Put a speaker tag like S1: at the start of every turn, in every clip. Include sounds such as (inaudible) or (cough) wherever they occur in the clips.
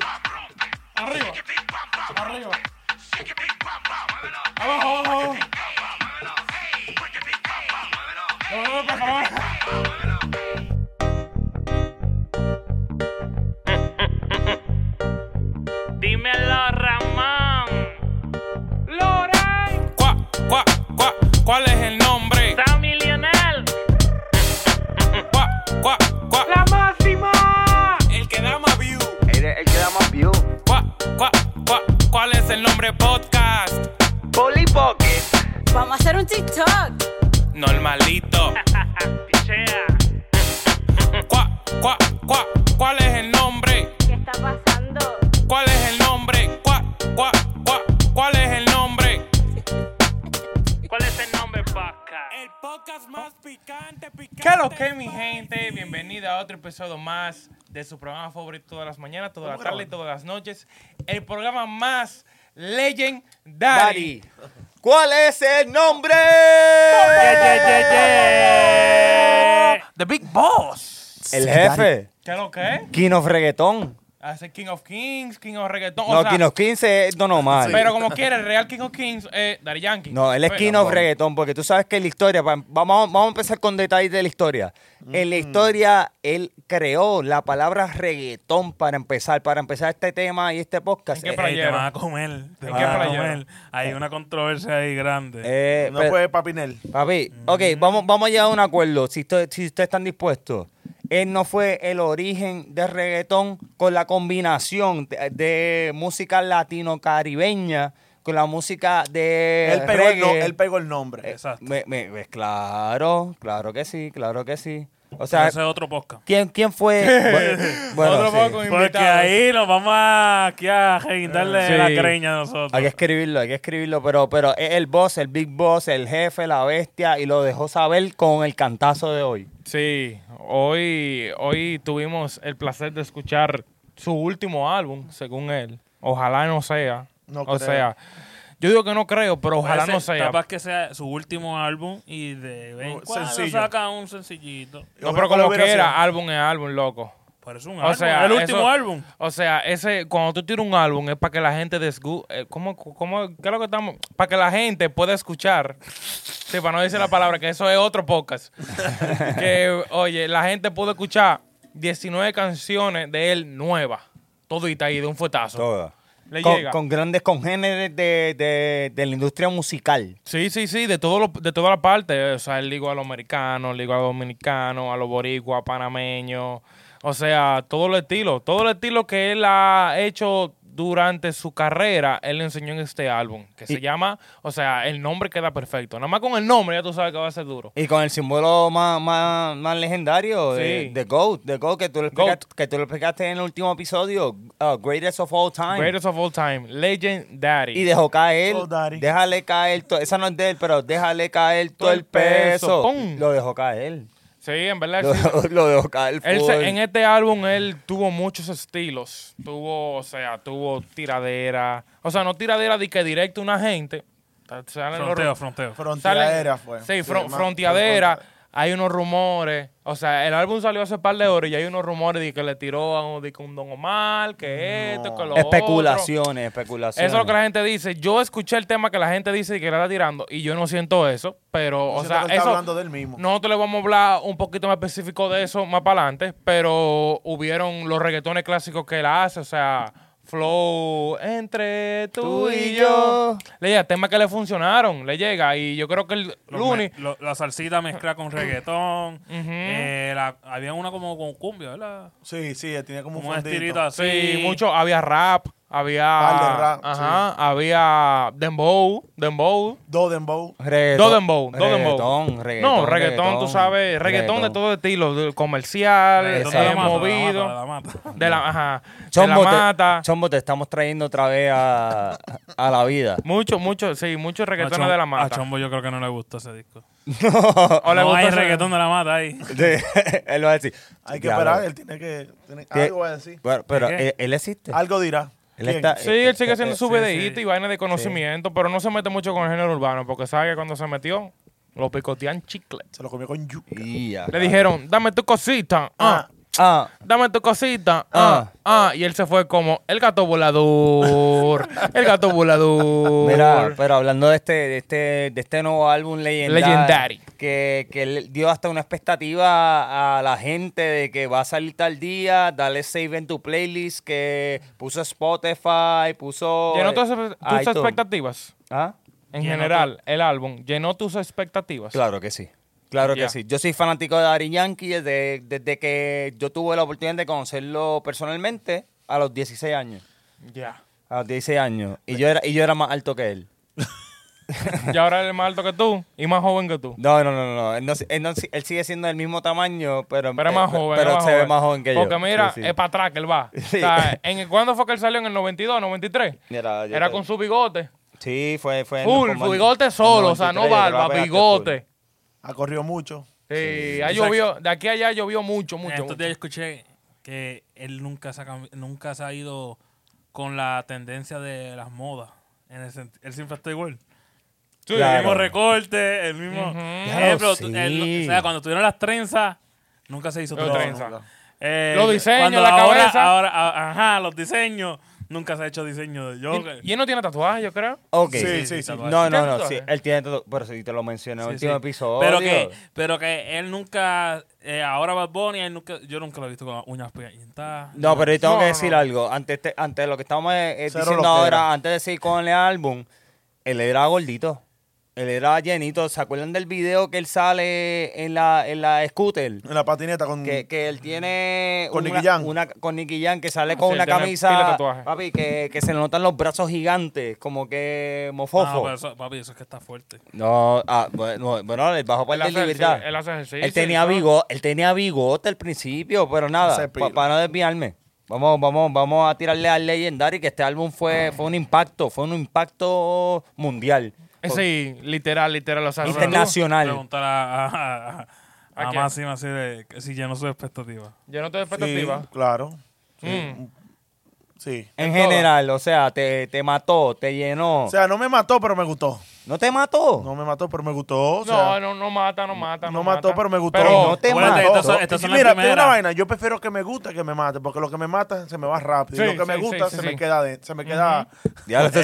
S1: Arriba. Arriba. Abajo, abajo, abajo. No, no, no, por favor.
S2: Eh,
S3: Dímelo, Ramón. Loren.
S4: Cuá, cuá, cuá, ¿cuál es el nombre?
S3: Sammy Lionel.
S4: Cuá, cuá, cuá,
S3: La máxima. (laughs)
S4: el que da más view.
S5: Eres el que da más view.
S4: Cuá, cuá, cuá, ¿cuál es el nombre podcast?
S5: Polly Pocket.
S6: Vamos a hacer un TikTok.
S4: Normalito.
S3: Pichea.
S4: Cuá, cuá, cuá, ¿cuál es el nombre?
S6: ¿Qué está pasando?
S4: ¿Cuál es el nombre? Cuá, cuá, cuá, ¿cuál es el nombre?
S3: ¿Cuál es el nombre, Paca?
S4: El podcast más picante, picante.
S1: ¿Qué lo que, mi gente? Bienvenida a otro episodio más de su programa favorito todas las mañanas, todas las tardes, todas las noches. El programa más legendario.
S7: Daddy. ¿Cuál es el nombre?
S1: The Big Boss.
S7: El jefe.
S1: ¿Qué lo que?
S7: King of Reggaetón.
S1: Hace King of Kings, King of Reggaetón. o
S7: No, eh,
S1: sea,
S7: King of 15 es Don Omar.
S1: Pero como quiera, el real King of Kings es Daddy Yankee. Pues
S7: No, él es
S1: Pero-
S7: King of Reggaetón, porque tú sabes que la historia, pa- vamos, vamos a empezar con detalles de la historia. En
S1: Mm.
S7: la historia, él creó la palabra reggaetón para empezar, para empezar este tema y este podcast.
S1: ¿En qué
S7: Eh,
S1: playa?
S2: Ey, te
S1: playero.
S2: van a comer. Te
S1: ¿En
S2: van
S1: qué
S2: a
S1: playero? Eh.
S2: comer. Hay una controversia ahí grande.
S7: eh,
S8: No
S7: pero-
S8: fue Papinel.
S7: Papi, ok,
S1: Mm.
S7: vamos, vamos a llegar a un acuerdo, si, usted- si ustedes están dispuestos. Él no fue el origen del reggaetón con la combinación de, de música latino-caribeña con la música de
S8: Él pegó, el no-
S7: reggae.
S8: él pegó el nombre.
S7: Eh,
S2: Exacto.
S7: me- me- me- claro, claro que sí, claro que sí. O
S2: Pero
S7: sea,
S2: ese es otro podcast.
S7: ¿quién,
S1: (laughs)
S7: quién fue? Bu- bueno,
S1: Otro
S7: sí.
S1: poco
S2: Porque
S1: invitado.
S2: ahí nos vamos a, aquí a reguindarle
S1: Eh, Sí.
S2: la creña a nosotros.
S7: Hay que escribirlo, hay que escribirlo, pero, pero es el boss, el big boss, el jefe, la bestia, y lo dejó saber con el cantazo de hoy.
S1: Sí, hoy, hoy tuvimos el placer de escuchar su último álbum, según él. Ojalá no sea.
S8: No
S1: o
S8: creo.
S1: sea, yo digo que no creo, pero ojalá
S2: Ese-
S1: no sea.
S2: Capaz que sea su último álbum y de
S1: Oh,
S2: vez en
S8: Un
S2: cuando
S8: sencillo.
S2: saca un sencillito.
S1: No, pero como que era, álbum es álbum, loco.
S2: Parece un
S1: O
S2: álbum.
S1: sea,
S2: el último
S1: eso-
S2: álbum.
S1: O sea, ese cuando tú tiras un álbum es para que la gente desgu eh, ¿cómo, cómo, qué es lo que estamos? Para que la gente pueda escuchar. Sí, para no decir la palabra, que eso es
S2: (laughs)
S1: otro podcast. que, oye, la gente pudo escuchar 19 canciones de él nuevas. Todita ahí, de un fuetazo.
S7: Toda.
S1: Le
S7: con,
S1: llega.
S7: con grandes congéneres de, de- de la industria musical.
S1: Sí, sí, sí, de todo lo- de toda la parte. O sea, él ligó a los americanos, ligó a los dominicanos, a los boricuas, panameños. O sea, todo el estilo. Todo el estilo que él ha hecho durante su carrera, él le enseñó en este álbum. Que se llama, o sea, el nombre queda perfecto. Nada más con el nombre ya tú sabes que va a ser duro.
S7: Y con el símbolo más, más, más legendario de,
S1: Sí.
S7: de GOAT, de GOAT, que tú, lo
S1: Goat.
S7: explicaste, que tú lo explicaste en el último episodio, uh, Greatest of All Time.
S1: Greatest of all time, Legend Daddy.
S7: Y dejó caer,
S8: Oh, daddy.
S7: déjale caer, to- esa no es de él, pero déjale caer todo, el
S1: peso,
S7: peso.
S1: pum.
S7: Lo dejó caer.
S1: sí, en verdad.
S7: Lo,
S1: sí.
S7: lo dejó caer.
S1: Él
S7: full.
S1: se- en este álbum él tuvo muchos estilos. Tuvo, o sea, tuvo tiradera. O sea, no tiradera de que directo a una gente. Ta- salen los
S2: Fronteo,
S1: ru-
S2: fronteo.
S8: Fronteadera
S1: salen-
S8: fue.
S1: Sí, fron-
S8: más-
S1: fronteadera. Hay unos rumores. O sea, el álbum salió hace par de horas y hay unos rumores de que le tiró a un, de que un Don Omar, que esto, que lo otro.
S7: especulaciones,
S1: Eso
S7: especulaciones.
S1: es lo que la gente dice. Yo escuché el tema que la gente dice que le está tirando y yo no siento eso, pero, o
S8: siento
S1: sea,
S8: que él está
S1: eso,
S8: hablando del mismo.
S1: Nosotros le vamos a hablar un poquito más específico de eso más para adelante, pero hubieron los reggaetones clásicos que él hace, o sea, flow entre tú,
S7: Tú
S1: y,
S7: y
S1: yo.
S7: yo.
S1: Le llega temas que le funcionaron, le llega y yo creo que el
S2: Los
S1: lunes
S2: me- lo- la salsita mezclada con reggaetón. Eh, la- había una como con cumbia, ¿verdad?
S8: Sí, sí, tiene como un
S2: Como un
S8: fondito.
S2: estilito así. Eh,
S1: sí, mucho había rap, había
S8: Par de rap,
S1: ajá, había dembow, dembow.
S8: Dodenbow.
S7: Reggaetón,
S1: Dodenbow,
S7: reggaetón, reggaetón,
S1: no, reggaetón, tú sabes, reggaetón, de todo estilo, del comercial,
S2: Reggaetón
S1: eh,
S2: de la mata, de la
S1: movido,
S2: mata, de la mata.
S1: de la, ajá, de la
S7: Chombo,
S1: mata,
S7: te, Chombo, te estamos trayendo otra vez a, a la
S8: (laughs)
S7: vida.
S1: mucho, mucho, sí, mucho reggaetón
S2: A Chom-
S1: de la
S2: A
S1: mata.
S2: Chombo yo creo que no le gustó ese disco.
S1: O le
S2: no
S1: gustó
S2: hay
S1: ese-
S2: reggaetón de la mata ahí.
S7: De- él va a decir.
S8: Hay que
S7: "Diablo".
S8: esperar, él tiene que. tiene-
S7: Tie-
S8: algo va a decir.
S7: Bueno, pero
S2: ¿De qué?
S7: él, él existe.
S8: Algo dirá.
S7: Él
S8: ¿Quién?
S7: está-
S1: Sí, él sigue
S7: Eh,
S1: haciendo
S7: eh,
S1: su
S2: sí,
S1: videíto
S2: sí.
S1: y vaina de conocimiento, pero no se mete mucho con el género urbano, porque sabe que cuando se metió, Lo picotean chicle.
S8: Se lo comió con yuca.
S7: Ya,
S1: Le
S7: cabrón.
S1: dijeron, dame tu cosita. Ah.
S7: Ah,
S1: Dame tu cosita. Ah, ah. Y él se fue como el gato volador. el gato volador.
S7: mira, pero hablando de este, de este, de este nuevo álbum legendario.
S1: Legendary.
S7: Que, que le dio hasta una expectativa a la gente de que va a salir tal día, dale save en tu playlist, que puso Spotify, puso.
S1: ¿Llenó
S7: eh,
S1: tus, tus
S7: iTunes.
S1: expectativas?
S7: ¿Ah?
S1: En
S2: Llenó
S1: general, el álbum. ¿Llenó tus expectativas?
S7: Claro que sí. Claro
S1: Ya.
S7: que sí. Yo soy fanático de Ari Yankee desde, desde que yo tuve la oportunidad de conocerlo personalmente a los 16 años.
S1: Ya.
S7: A los 16 años. Y yo era, y yo era más alto que él.
S1: (laughs) Y ahora él es más alto que tú y más joven que tú.
S7: No, no, no, no. no. Él, no- él no- él sigue siendo del mismo tamaño, pero,
S1: Pero es más
S7: eh,
S1: joven.
S7: pero
S1: es más
S7: se ve más joven que yo.
S1: Porque mira,
S7: Sí, sí.
S1: es para atrás que él
S7: (laughs)
S1: va.
S7: Sí.
S1: O sea, en, ¿Cuándo fue que él salió? ¿En el 92, 93?
S7: Mira, yo
S1: Era
S7: te-
S1: con su bigote.
S7: Sí, fue... fue en
S1: Full,
S7: como en-
S1: bigote solo, o sea, no
S7: 93, yo creo que
S1: barba,
S7: pegaste
S1: bigote.
S8: Ha corrido mucho.
S1: Sí, ha llovido, de aquí a allá llovió mucho, mucho.
S2: Estos
S1: mucho.
S2: días yo escuché que él nunca se, ha, cam- nunca se ha ido con la tendencia de las modas. En el sent- él siempre está igual.
S1: Sí,
S7: Claro.
S2: El mismo recorte, el mismo. Ejemplo, tú- el-
S7: sí.
S2: o sea, cuando tuvieron las trenzas, nunca se hizo
S1: Los
S2: todo.
S1: trenza.
S2: Eh,
S1: Los diseños,
S2: cuando
S1: la
S2: ahora-
S1: cabeza.
S2: Ahora, a- ajá, los diseños. Nunca se ha hecho diseño de yoga.
S1: Y, y él no tiene tatuaje, yo creo.
S7: Ok.
S8: Sí, sí, sí.
S7: No, no, no.
S1: tatuaje.
S7: Sí, él tiene todo... Pero si te lo mencioné en el
S2: Sí,
S7: último
S2: sí.
S7: episodio.
S2: Pero que, pero que él nunca, eh, ahora Bad Bunny, él nunca, yo nunca lo he visto con las uñas pintadas.
S7: No, pero yo tengo
S1: No,
S7: que
S1: no,
S7: decir
S1: no.
S7: algo. Antes, te- antes de lo que estamos eh, eh,
S8: Cero
S7: diciendo
S8: loquera.
S7: ahora, antes de seguir con el álbum, él era gordito. Él era llenito. ¿Se acuerdan del video que él sale en la, en la scooter?
S8: En la patineta con.
S7: Que, que él tiene
S8: Mm. Con
S7: una,
S8: Nicky Jam.
S7: una- con Nicky Jam que sale
S1: Ah,
S7: con
S1: Sí,
S7: una
S1: tiene pila de
S7: camisa
S1: tatuajes.
S7: papi que, que se le notan los brazos gigantes como que
S2: Ah,
S7: mofofo
S2: pero
S1: pues.
S2: eso, papi, eso es que está fuerte.
S7: no ah, bueno, bueno el bajo parte
S1: Él
S7: de
S1: hace
S7: libertad
S1: ejercicio, él hace ejercicio
S7: él
S1: y
S7: tenía
S1: todo.
S7: bigote él tenía bigote al principio pero
S8: Se
S7: nada
S8: pila.
S7: para no desviarme vamos vamos vamos a tirarle al legendario que este álbum fue fue un impacto fue un impacto mundial
S1: Eh, Sí, literal, literal. O sea,
S7: Interna- Internacional.
S2: Preguntar a, a, a,
S1: ¿A
S2: a
S1: quién?
S2: Máximo así de que si llenó sus expectativas.
S1: Yo no tengo
S8: Sí,
S1: expectativa.
S8: claro. Sí.
S1: Mm.
S8: Sí.
S7: en
S1: todas.
S7: general o sea te, te mató te llenó
S8: O sea, no me mató, pero me gustó.
S7: no te mató
S8: No me mató, pero me gustó. o
S1: no,
S8: sea,
S1: no, no mata, no mata. No,
S8: No mató,
S1: mata.
S8: pero me gustó.
S1: Pero,
S7: No te
S2: Acuérdate,
S7: mató.
S2: estas son- estas
S8: Y
S2: son las
S8: mira, te digo
S2: primeras.
S8: una vaina. Yo prefiero que me gusta que me mate, porque lo que me mata se me va rápido. y
S1: Sí,
S8: lo que me
S1: sí,
S8: gusta
S1: sí,
S8: se
S1: sí,
S8: me
S1: sí.
S8: queda. de- se me queda. (laughs)
S7: Ya lo estoy-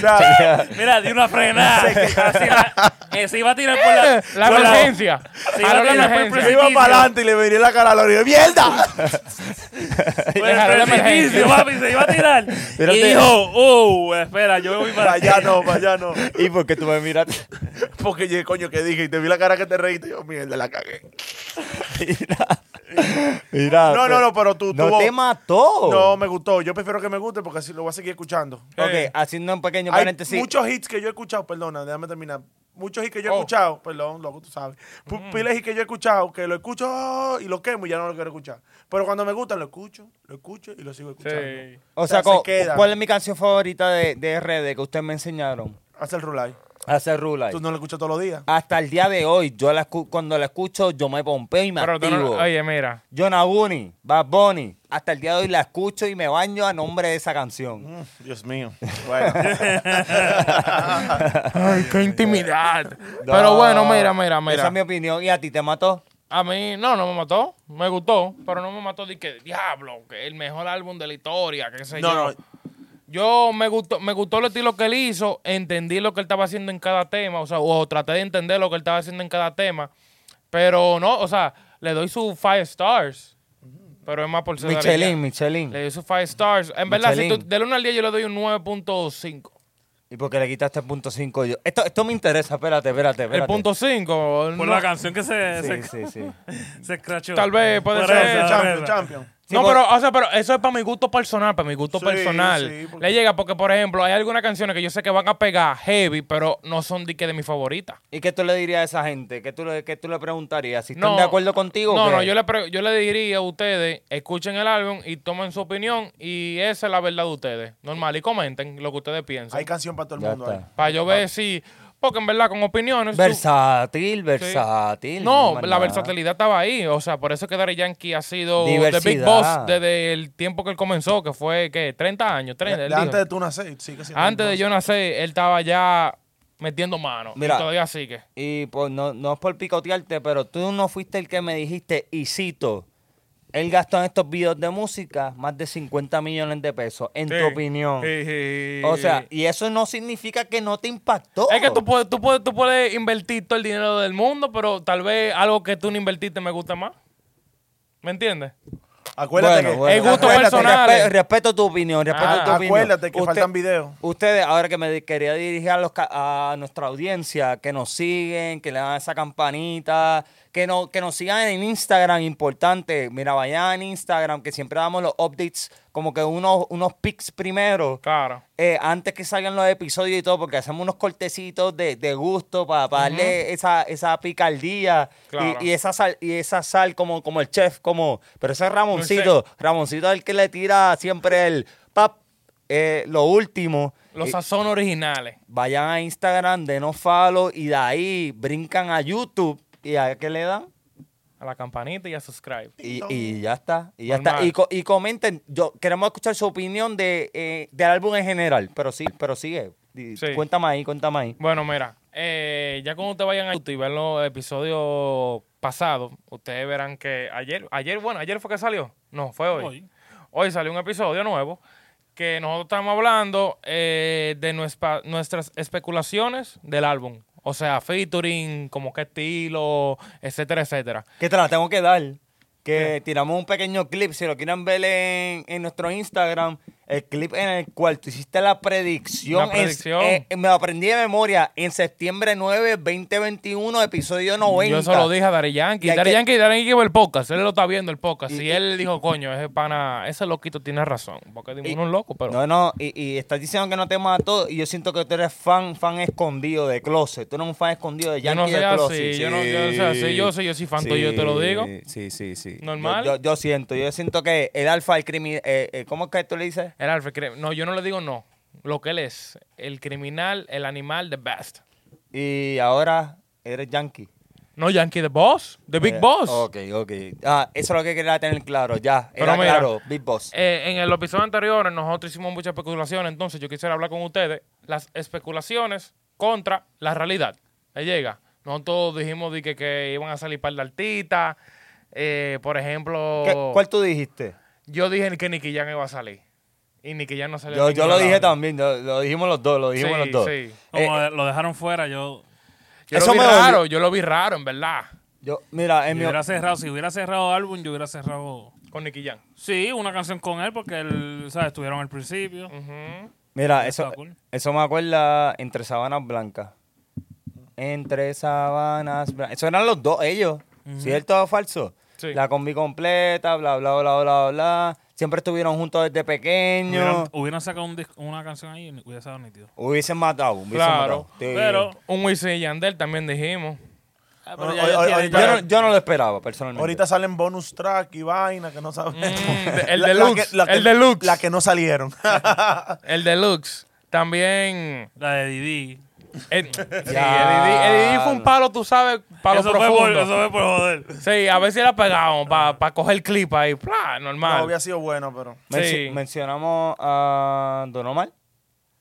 S7: (laughs)
S8: sea,
S2: Mira, di una
S1: (laughs)
S2: frenada. (laughs) así, la, eh, se iba a tirar por la...
S1: La (laughs)
S2: por
S1: emergencia.
S2: Sí,
S1: Jaló
S2: la-
S1: la
S2: la-
S8: me
S1: emergencia.
S8: iba para adelante y le miré la cara a la orilla. ¡Mierda!
S2: por
S1: Le jaló la
S2: el precipicio,
S1: emergencia.
S2: papi, se iba a
S1: (laughs)
S2: tirar. y
S7: Espérate.
S2: dijo, oh, espera, yo voy
S8: para
S2: para
S8: allá no, para allá no.
S7: ¿Y por qué tú me miras?
S8: Porque yo, coño, que dije, y te vi la cara que te reíste. Yo, mierda, la cagué.
S7: Mira. Mira.
S8: No, no, no, pero tú.
S7: No
S8: tuvo-
S7: te mató.
S8: No, me gustó. Yo prefiero que me guste porque así lo voy a seguir escuchando.
S7: Oh. Ok, haciendo un pequeño
S8: Hay
S7: paréntesis.
S8: muchos hits que yo he escuchado, perdona, déjame terminar. Muchos hits que yo he
S1: Oh.
S8: escuchado, perdón, loco, tú sabes. P-
S7: Mm.
S8: Piles hits que yo he escuchado, que lo escucho ah, y lo quemo y ya no lo quiero escuchar. Pero cuando me gustan, lo escucho, lo escucho y lo sigo escuchando.
S1: Sí.
S7: O sea,
S8: se
S7: co-
S8: queda.
S7: ¿cuál es mi canción favorita de, de RD que ustedes me enseñaron?
S8: Hace el rulay.
S7: Hacer Rulay.
S8: Tú no lo escuchas todos los días.
S7: Hasta el día de hoy, yo la escu- cuando la escucho, yo me pompeo y me
S1: Pero tú no-
S7: activo.
S1: oye, mira.
S7: John Aguni, Bad Bunny. Hasta el día de hoy la escucho y me baño a nombre de esa canción.
S8: Mm, Dios mío.
S7: (laughs)
S8: Bueno.
S1: (laughs) Ay, qué intimidad. Pero bueno, mira, mira,
S7: Esa
S1: mira.
S7: es mi opinión. ¿Y a ti te mató?
S1: A mí, no, no me mató. Me gustó, pero no me mató. Dije, que, diablo, que el mejor álbum de la historia, qué sé yo.
S8: no, no.
S1: Yo me gustó, me gustó el estilo que él hizo, entendí lo que él estaba haciendo en cada tema, o sea, o traté de entender lo que él estaba haciendo en cada tema, pero no, o sea, le doy su five stars, pero es más por ser
S7: Michelin,
S1: de
S7: Michelin.
S1: allá. Le doy su five stars. En verdad, si
S7: Michelin.
S1: tú, del 1 al 10 yo le doy un 9.5.
S7: ¿Y por qué le quitaste el punto 5 yo? Esto, esto me interesa, espérate, espérate, espérate.
S1: El punto 5,
S2: Por
S1: no-
S2: la canción que se,
S7: Sí,
S2: se,
S7: sí, sí.
S2: (laughs) se escrachó.
S1: Tal vez, puede
S2: Por
S1: ser,
S2: eso, por
S8: champion,
S2: eso.
S8: champion.
S7: Sí,
S1: no,
S7: por-
S1: pero, o sea, pero eso es para mi gusto personal, para mi gusto
S8: Sí,
S1: personal.
S8: sí, porque-
S1: Le llega porque, por ejemplo, hay algunas canciones que yo sé que van a pegar heavy, pero no son de que de mi favorita.
S7: ¿Y qué tú le dirías a esa gente? ¿Qué tú le, qué tú le preguntarías? ¿Si
S1: No.
S7: están de acuerdo contigo? o
S1: No,
S7: qué?
S1: no, yo le, pre- yo le diría a ustedes, escuchen el álbum y tomen su opinión y esa es la verdad de ustedes. Normal, y comenten lo que ustedes piensan.
S8: Hay canción para todo el
S7: Ya
S8: mundo.
S7: está.
S8: ahí.
S1: Para yo ver si... Porque en verdad, con opiniones... tú-
S7: Versátil,
S1: sí.
S7: versátil.
S1: No,
S7: más
S1: la
S7: nada.
S1: versatilidad estaba ahí. O sea, por eso es que Daddy Yankee ha sido The Big
S7: Diversidad.
S1: Boss desde el tiempo que él comenzó, que fue, ¿qué? 30 años, 30. él
S8: Antes
S1: dijo.
S8: de tú nacer, sí que sí.
S1: Antes de yo nacer, él estaba ya metiendo mano.
S7: Mira.
S1: Y todavía sigue.
S7: Y pues no, no es por picotearte, pero tú no fuiste el que me dijiste, y cito, él gastó en estos videos de música más de 50 millones de pesos, en tu opinión. O sea, y eso no significa que no te impactó.
S1: Es que tú puedes, tú, puedes, tú puedes invertir todo el dinero del mundo, pero tal vez algo que tú no invertiste me gusta más. ¿Me entiendes?
S8: Acuérdate
S7: Bueno,
S8: que eh,
S7: bueno.
S1: Es gusto
S7: Acuérdate,
S1: personal.
S7: respe- respeto tu opinión, respeto
S1: Ah.
S7: tu opinión.
S8: Acuérdate que faltan videos.
S7: Ustedes, ahora que me di- quería dirigir a, los ca- a nuestra audiencia, que nos siguen, que le dan esa campanita, que, no, que nos sigan en Instagram, importante. Mira, vayan en Instagram, que siempre damos los updates, como que unos, unos pics primero.
S1: Claro.
S7: eh, antes que salgan los episodios y todo, porque hacemos unos cortecitos de, de gusto para, darle esa, esa picardía y-
S1: Claro.
S7: y, esa sal, y esa sal como, como el chef, como. Pero ese Ramoncito, Ramoncito es el que le tira siempre el pap, eh, lo último.
S1: Los
S7: Y
S1: sazones originales.
S7: vayan a Instagram, denos follow y de ahí brincan a YouTube. ¿Y a qué le dan?
S1: A la campanita y a subscribe.
S7: Y, y ya está, y ya está.
S1: Normal.
S7: Y, co- y comenten, yo queremos escuchar su opinión de, eh, del álbum en general, pero sí, pero sigue. Di-
S1: Sí.
S7: Cuéntame ahí, cuéntame ahí.
S1: Bueno, mira, eh, ya cuando ustedes vayan a YouTube y vean los episodios pasados, ustedes verán que ayer, ayer, bueno, ayer fue que salió. No, fue hoy. Hoy,
S2: Hoy.
S1: salió un episodio nuevo que nosotros estamos hablando eh, de nuestra- nuestras especulaciones del álbum. O sea, featuring, como qué estilo, etcétera, etcétera.
S7: Que te la tengo que dar. Que tiramos un pequeño clip, si lo quieren ver en, en nuestro Instagram, el clip en el cual tú hiciste la predicción.
S1: La
S7: en-
S1: predicción.
S7: eh, me lo aprendí de memoria en septiembre 9, 2021, episodio 90.
S1: Yo se lo dije a Dari Yankee.
S7: Y hay
S1: Dari
S7: que-
S1: Yankee, Daddy Yankee ve el podcast. Él lo está viendo el podcast. Y,
S7: Y- y-
S1: él dijo, coño, ese pana, ese loquito tiene razón. Porque
S7: Y-
S1: uno es loco, pero...
S7: No, no, y, y estás diciendo que no te mató. Y yo siento que tú eres fan, fan escondido de Closet. Tú eres un fan escondido de
S1: Yo no
S7: Yankee
S1: soy
S7: de
S1: así,
S7: Closet.
S1: yo no- yo no soy así, yo soy- yo soy fan tuyo, yo te lo digo.
S7: Sí, sí, sí.
S1: Normal.
S7: Yo, yo- yo siento, yo siento que el alfa, el criminal. ¿Cómo es que tú le dices?
S1: El Alfred, cre- no, yo no le digo no. Lo que él es, el criminal, el animal, the best.
S7: Y ahora eres Yankee.
S1: No, Yankee, the boss, the big
S7: Eh,
S1: boss.
S7: Ok, ok. Ah, eso es lo que quería tener claro, ya. Era
S1: Pero mira,
S7: claro, Big Boss.
S1: eh, en el episodio anterior nosotros hicimos muchas especulaciones, entonces yo quisiera hablar con ustedes las especulaciones contra la realidad. Le llega. Nosotros dijimos de que, que iban a salir par de artistas. eh, por ejemplo,
S7: ¿Qué- ¿Cuál tú dijiste?
S1: yo dije que Nicky Jam iba a salir. Y Nicky Jam no salió.
S7: Yo,
S1: en
S7: yo
S1: ningún
S7: lo
S1: lado.
S7: dije también, yo- lo dijimos los dos, lo dijimos
S1: Sí,
S7: los dos.
S1: sí.
S2: Como
S7: Eh,
S2: lo dejaron fuera, yo,
S1: Yo
S7: Eso
S1: lo vi
S7: me dolió.
S1: raro, yo lo vi raro, en verdad,
S7: Yo, mira,
S2: yo
S7: en mi,
S2: hubiera cerrado. Si hubiera cerrado álbum, yo hubiera cerrado.
S1: con Nicky Jam.
S2: Sí, una canción con él, porque él, ¿sabes? Estuvieron al principio.
S1: Ujú.
S7: Mira,
S2: Eso
S7: eso,
S2: está cool.
S7: eso me acuerda entre sábanas blancas. Entre sábanas blancas. Eso eran los dos, ellos. ¿Cierto o falso?
S1: Sí.
S7: La combi completa, bla, bla, bla, bla, bla. Siempre estuvieron juntos desde
S2: Hubieran,
S7: pequeños.
S2: hubieran sacado un disc- una canción ahí y hubiera sido nítido.
S7: Hubiesen matado, hubiesen
S1: Claro,
S7: matado. Sí.
S2: Pero,
S1: Un Wisin y Yandel también dijimos. Ah,
S8: Bueno, hoy- hoy- ahorita-
S7: Yo no, yo no lo esperaba, personalmente.
S8: Ahorita salen bonus track y vaina que no
S1: Mm,
S8: sabemos. (laughs)
S1: el
S8: La- la
S1: deluxe,
S8: que- la que-
S1: el deluxe.
S8: La que no salieron. (laughs)
S1: El Deluxe.
S7: (laughs)
S1: También.
S2: la de Didi.
S1: el- sí, el
S7: Ya.
S1: Didi- el Didi fue un palo, tú sabes, palo
S2: eso, fue
S1: profundo.
S2: por, eso fue por joder.
S1: Sí, a ver si la pegamos para coger el clip ahí. Pla,
S8: No,
S1: normal.
S8: había sido bueno, pero.
S7: Menci-
S1: sí.
S7: Mencionamos a Don Omar.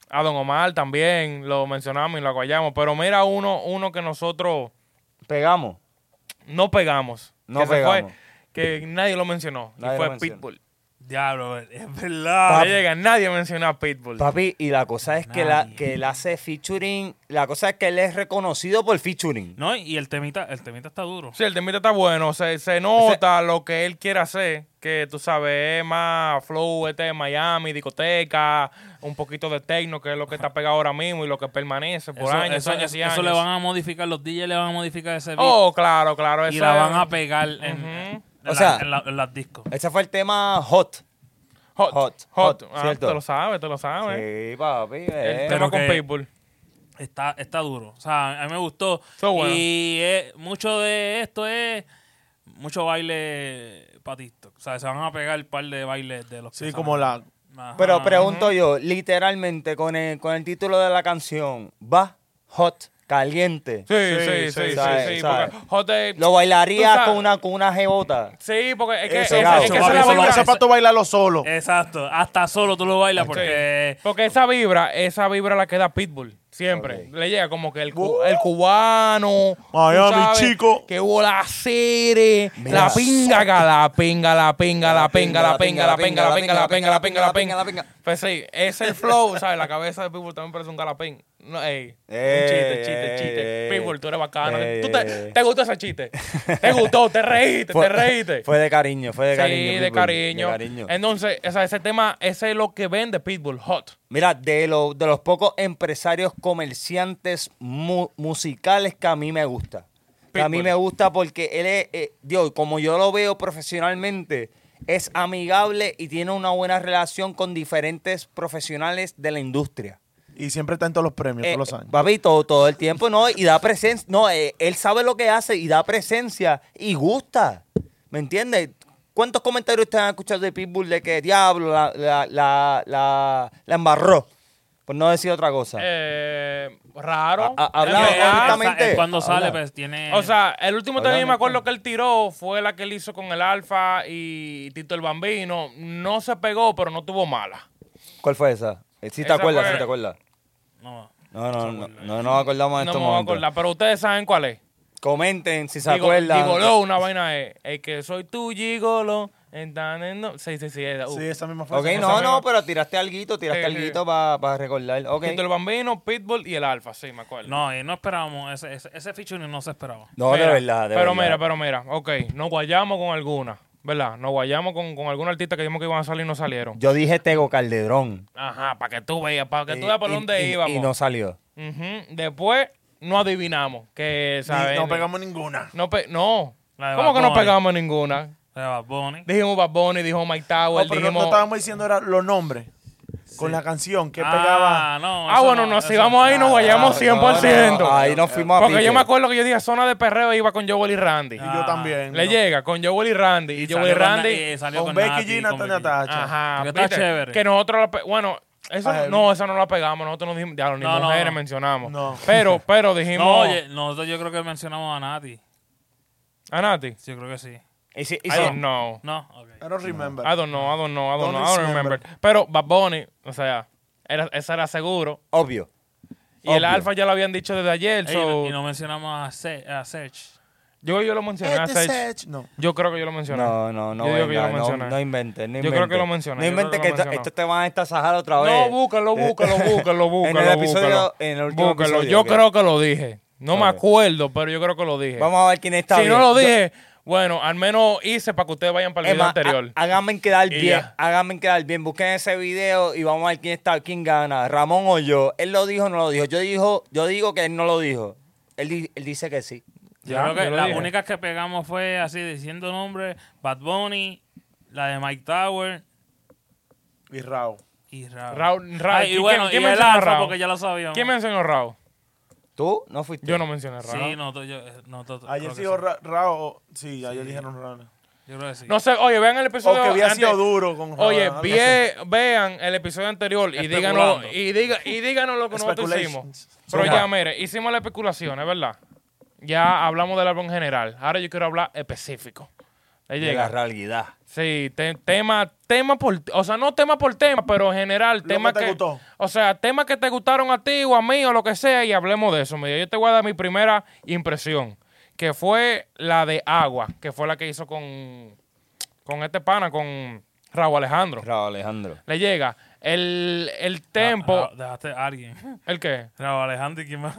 S1: a Don Omar también lo mencionamos y lo apoyamos. Pero mira uno, uno que nosotros
S7: Pegamos.
S1: no pegamos.
S7: No
S1: que se fue,
S7: pegamos.
S1: que nadie lo mencionó.
S7: Nadie
S1: y
S7: lo
S1: fue
S7: mencionó.
S1: Pitbull.
S2: Diablo, es
S1: No
S2: verdad.
S1: llega, nadie mencionó a Pitbull.
S7: Papi, y la cosa es que, la,
S2: Nadie.
S7: que él hace featuring. La cosa es que él es reconocido por featuring.
S2: No, y el temita, el temita está duro.
S1: Sí, el temita está bueno. Se, se nota lo que él quiere hacer. Que tú sabes, es más flow, este de Miami, discoteca, un poquito de techno, que es lo que está pegado ahora mismo y lo que permanece por
S2: eso,
S1: años,
S2: eso-
S1: años y
S2: eso-
S1: años.
S2: eso le van a modificar, los DJs le van a modificar ese beat
S1: Oh, claro, claro.
S2: y
S1: eso
S2: la
S1: es-
S2: van a pegar en, en
S7: O
S2: la-
S7: sea-
S2: en la- en las discos.
S7: Ese fue el tema hot.
S1: Hot,
S7: hot,
S1: hot.
S7: hot,
S1: Ah,
S7: ¿cierto?
S1: te lo sabes, te lo sabes.
S7: Sí, papi.
S1: El
S7: eh.
S1: tema
S2: Pero
S1: con
S2: que-
S1: Pitbull.
S2: Está, está duro. O sea, a mí me gustó.
S1: Está bueno.
S2: Y eh, mucho de esto es mucho baile para TikTok. O sea, se van a pegar un par de bailes de los que
S8: Sí,
S2: salen.
S8: como la.
S2: Ajá.
S1: Ah,
S7: Pero pregunto yo, literalmente, con el, con el título de la canción, va hot, caliente.
S1: Sí, sí, sí, sí. sí,
S7: sabe, sabe.
S1: porque hot de-
S7: Lo
S1: tú
S7: bailaría
S1: sabes-
S7: con una, con una jebota.
S1: Sí, porque es que,
S8: Eso,
S1: es-
S7: claro.
S1: es que
S8: eso,
S1: esa es la
S2: Eso lo
S1: vibra.
S8: ese pato bailarlo solo.
S1: Eh,
S2: Exacto. Hasta solo tú lo bailas
S1: Sí.
S2: porque
S1: Porque esa vibra, esa vibra la queda Pitbull. Siempre.
S7: Ok.
S1: Le llega como que el, cu- el cubano. tú
S8: Miami, chico.
S1: Que hubo la serie. La pinga, ga, la pinga, la pinga, la pinga, la pinga, la pinga, la pinga, la pinga, la pinga, la pinga, la pinga. Pues sí, es el flow, ¿sabes? La cabeza de Pitbull también parece un galapín. No, ey.
S7: Ey,
S1: un chiste, chiste,
S7: ey,
S1: chiste.
S7: ey.
S1: Pitbull, tú eres bacano.
S7: Ey,
S1: ¿Tú
S7: ey,
S1: te,
S7: ey.
S1: te gustó ese (laughs) chiste? ¿Te gustó? ¿Te reíste? ¿Te reíste?
S7: (laughs) Fue de cariño, fue de cariño.
S1: sí, de
S7: Pitbull,
S1: cariño.
S7: de cariño.
S1: Entonces, o sea, ese tema, ese es lo que vende Pitbull, hot.
S7: Mira, de, lo- de los pocos empresarios comerciantes mu- musicales que a mí me gusta. Que a mí
S1: Pitbull.
S7: me gusta porque él es, eh, Dios, como yo lo veo profesionalmente, es amigable y tiene una buena relación con diferentes profesionales de la industria.
S8: Y siempre está en todos los premios,
S7: Eh,
S8: todos los años.
S7: papi, todo, todo el tiempo, ¿no? Y da presencia. No, eh, él sabe lo que hace y da presencia y gusta. ¿Me entiendes? ¿Cuántos comentarios ustedes han escuchado de Pitbull de que diablo la, la, la, la, la embarró? Por no decir otra cosa.
S1: Eh, raro.
S7: Ha- ha- hablado
S1: En verdad,
S7: honestamente.
S2: Él Cuando sale,
S7: Habla.
S2: pues tiene.
S1: O sea, el último
S7: Hablando
S1: tema que me acuerdo
S7: con-
S1: que él tiró fue la que él hizo con el Alfa y Tito el Bambino. No se pegó, pero no tuvo mala.
S7: ¿Cuál fue esa? Eh, Si te
S1: Esa
S7: acuerdas,
S1: fue-
S7: si te acuerdas.
S2: no.
S7: No, no, no, no nos acordamos de
S1: No
S7: estos
S1: me voy a
S7: momentos.
S1: acordar, pero ustedes saben cuál es.
S7: Comenten si se
S1: Digo-
S7: acuerdan.
S1: Gigoló, una vaina es. El que soy tú, Gigolo. entonces, no- Sí, sí, sí. era, uh.
S8: Sí, esa misma fue.
S7: ok,
S8: esa
S7: no,
S8: misma-
S7: no, pero tiraste alguito, tiraste
S1: Sí, sí.
S7: alguito para recordar. Ok.
S1: Tito el Bambino, Pitbull y el Alfa, sí, me acuerdo.
S2: No, eh, no esperábamos. Ese, ese, ese featuring no se esperaba.
S7: No,
S1: Mira,
S7: de verdad, de
S1: pero
S7: verdad.
S1: mira, pero mira, ok, nos guayamos con alguna, ¿verdad? Nos guayamos con, con algún artista que vimos que iban a salir y no salieron.
S7: Yo dije Tego Calderón.
S1: Ajá, para que tú veas, para que
S7: Y-
S1: tú veas por
S7: y-
S1: dónde
S7: y-
S1: íbamos.
S7: Y no salió.
S1: Ujú, Después no adivinamos, que,
S8: Ni-
S1: ¿sabes?
S8: no pegamos ninguna.
S1: No, pe- no.
S2: La de
S1: ¿Cómo
S2: Bad
S1: que no
S2: Bunny.
S1: pegamos ninguna?
S2: De Bad Bunny.
S1: Dijimos Bad Bunny, dijo Mike
S8: No,
S1: Tower,
S8: pero no- no,
S1: dijimos...
S8: estábamos diciendo era los nombres. Con la canción que pegaba.
S2: Ah, no.
S1: ah,
S2: eso
S1: bueno,
S2: no,
S1: nos
S2: eso-
S1: íbamos ahí, nos guayamos
S7: Ah,
S1: 100%.
S7: no, no, ahí nos fuimos a
S1: Porque yo
S7: pique.
S1: me acuerdo que yo dije zona de perreo iba con Joel y Randy.
S8: Y yo también.
S1: Le
S8: Ah, ¿no?
S1: llega con Joel y Randy. Y, Joel y
S2: salió con-
S1: Randy...
S2: eh, salió
S8: Con Becky
S2: Nati,
S8: G,
S2: con
S8: Natalia
S2: Becky G.
S8: Tacha.
S1: Ajá,
S2: Porque está
S1: ¿viste?
S2: chévere.
S1: Que nosotros la pe- bueno, esa,
S8: Ay,
S1: no, esa no la pegamos, nosotros no dijimos, ya ni
S2: No, no,
S1: mujeres
S2: no.
S1: mencionamos.
S8: No.
S1: Pero, pero dijimos
S2: No, oye, nosotros yo creo que mencionamos a Nati.
S1: a Nati.
S2: Sí, yo creo que sí.
S7: Y si- y
S1: I
S7: si-
S1: don't know.
S2: No, ok.
S8: I don't remember.
S1: I don't know, I don't know, I don't,
S8: Don't
S1: know, I don't
S8: remember.
S1: remember. Pero Bad Bunny, o sea, era, esa era seguro.
S7: Obvio.
S1: Y el
S7: Obvio.
S1: Alfa ya lo habían dicho desde ayer.
S2: Ey,
S1: so-
S2: y no mencionamos a, Se- a Serge.
S1: yo, yo lo mencioné a
S8: Este
S1: Sech.
S8: Sech. No.
S1: Yo creo que yo lo mencioné.
S7: No, no, no.
S1: Yo digo que yo
S7: venga,
S1: lo
S7: no,
S1: mencioné.
S7: no inventes, no
S1: Yo creo
S7: inventes.
S1: que lo mencioné,
S7: No
S1: yo creo
S7: inventes
S1: que
S7: que
S1: lo
S7: esto-
S1: mencioné.
S7: esto te van a estasajar otra vez.
S1: No, búscalo, búscalo, búscalo, búscalo.
S7: (laughs) En el episodio-
S1: búscalo.
S7: en el último
S1: Búscalo.
S7: episodio,
S1: Yo
S7: ok.
S1: creo que lo dije. No me
S7: Ok.
S1: acuerdo, pero yo creo que lo dije.
S7: Vamos a ver quién está
S1: si
S7: bien.
S1: no lo
S7: Yo- ah,
S1: dije, bueno, al menos hice para que ustedes vayan para el
S7: Es
S1: video
S7: más,
S1: anterior.
S7: ha- háganme quedar
S1: Y
S7: bien,
S1: ya.
S7: háganme quedar bien. Busquen ese video y vamos a ver quién está, quién gana, Ramón o yo. Él lo dijo o no lo dijo. Yo dijo, yo digo que él no lo dijo. Él, di- él dice que sí.
S2: Yo
S1: Ya,
S2: creo que
S1: yo lo
S2: las
S1: dije.
S2: únicas que pegamos fue así diciendo nombres, Bad Bunny, la de Mike Tower
S8: Y Rao.
S2: y Raúl.
S1: Raúl- Raúl,
S2: Ay, y
S1: ¿quién-
S2: bueno,
S1: quién
S2: y el
S1: mencionó a
S2: Alfa
S1: Raúl?
S2: porque ya lo sabíamos.
S1: ¿Quién mencionó a Raúl?
S7: ¿Tú? ¿No fuiste?
S1: Yo no mencioné a Raúl.
S2: Sí, no, to- yo, eh, no, to- creo
S8: Ayer
S2: que
S8: sí dijo
S2: sí.
S8: Ra- Rao. Sí, ayer dijeron Rao.
S2: Yo creo que sí.
S1: No sé, oye, vean el
S8: O
S1: episodio
S8: que había sido
S1: antes-
S8: duro con Rao.
S1: Oye,
S8: algo
S1: vie- vean el episodio anterior y díganos,
S2: Especulando.
S1: y, diga, y díganos lo que nosotros
S8: Speculations.
S1: hicimos. Pero
S7: Zumba.
S1: ya, mire, hicimos la especulación, es verdad. Ya hablamos del álbum en general. Ahora yo quiero hablar específico. Le
S7: De la
S1: llega.
S7: realidad.
S1: Sí, te- tema, tema por, o sea, no tema por tema, pero en general,
S8: que
S1: tema
S8: te
S1: que,
S8: gustó.
S1: o sea, temas que te gustaron a ti o a mí o lo que sea y hablemos de eso. Mira, yo te voy a dar mi primera impresión, que fue la de Agua, que fue la que hizo con, con este pana, con Raúl Alejandro.
S7: Raúl Alejandro.
S1: Le llega el, el tempo,
S2: Ra-
S7: Ah,
S2: Ra- Dejaste a alguien. (laughs)
S1: ¿el qué?
S2: Raúl Alejandro y quién más.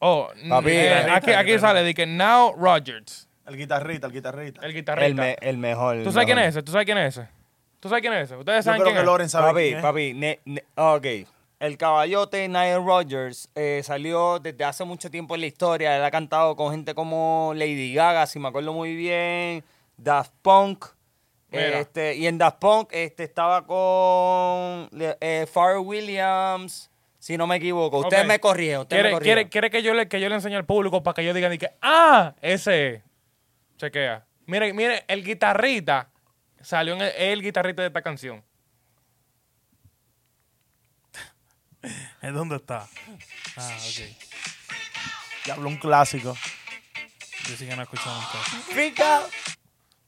S1: Oh,
S7: Papi,
S1: eh,
S7: guitarrista,
S1: aquí, aquí sale de que Now Rogers,
S8: así. El guitarrista, el guitarrista.
S1: el
S7: El,
S1: guitarrista.
S7: me- el mejor.
S1: ¿Tú sabes quién es
S7: mejor.
S1: ese? ¿Tú sabes quién es ese? ¿Tú sabes quién es ese? Ustedes
S8: Yo
S1: saben
S8: creo
S1: quién
S8: que
S1: es.
S8: Loren sabe.
S7: Papi,
S8: quién es.
S7: papi, ne- ne- ok. El caballote Nile Rodgers eh, salió desde hace mucho tiempo en la historia. Él ha cantado con gente como Lady Gaga, si me acuerdo muy bien, Daft Punk.
S1: Mira.
S7: Este, y en Daft Punk este, estaba con eh, Pharrell Williams, si no me equivoco. Ustedes
S1: Ok.
S7: me corrigen, ustedes me
S1: ¿Quiere,
S7: corrigen.
S1: quiere- quiere que, yo le, que yo le enseñe al público para que ellos digan y que, ah, ese es"? Chequea. Mire, mire, el guitarrita salió en el, el guitarrita de esta canción.
S2: ¿En dónde está? Ah, ok.
S8: Ya habló un clásico.
S2: Yo sí que no he escuchado nunca.
S7: Pica,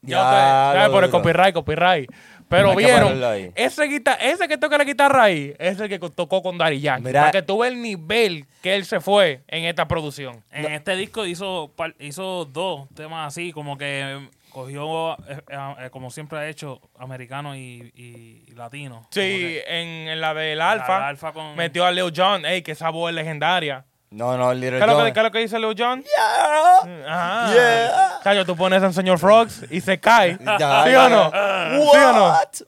S1: Ya ustedes saben,
S7: lo
S1: por el
S7: duro.
S1: copyright, copyright. Pero
S7: Hay que
S1: vieron,
S7: ponerlo ahí.
S1: ese, guita- ese que toca la guitarra ahí es el que co- tocó con Dari Yankee.
S7: Mira.
S1: Para que tú veas el nivel que él se fue en esta producción.
S2: En este disco hizo, par- hizo dos temas así, como que eh, cogió, eh, eh, eh, como siempre ha hecho, americano y, y latino.
S1: Sí, en, en la del
S2: de
S1: Alfa,
S2: Alfa con-
S1: metió a Leo John. Ey, que esa voz es legendaria.
S7: No, no,
S1: ¿Qué
S7: Little
S1: es lo que,
S7: John.
S1: qué es lo que dice Leo John? Ajá. Chacho, tú pones a señor Frogs y se cae.
S2: (laughs)
S7: Ya,
S1: ¿Sí
S7: ya,
S1: o no?
S7: ya.
S1: ¿Sí o no?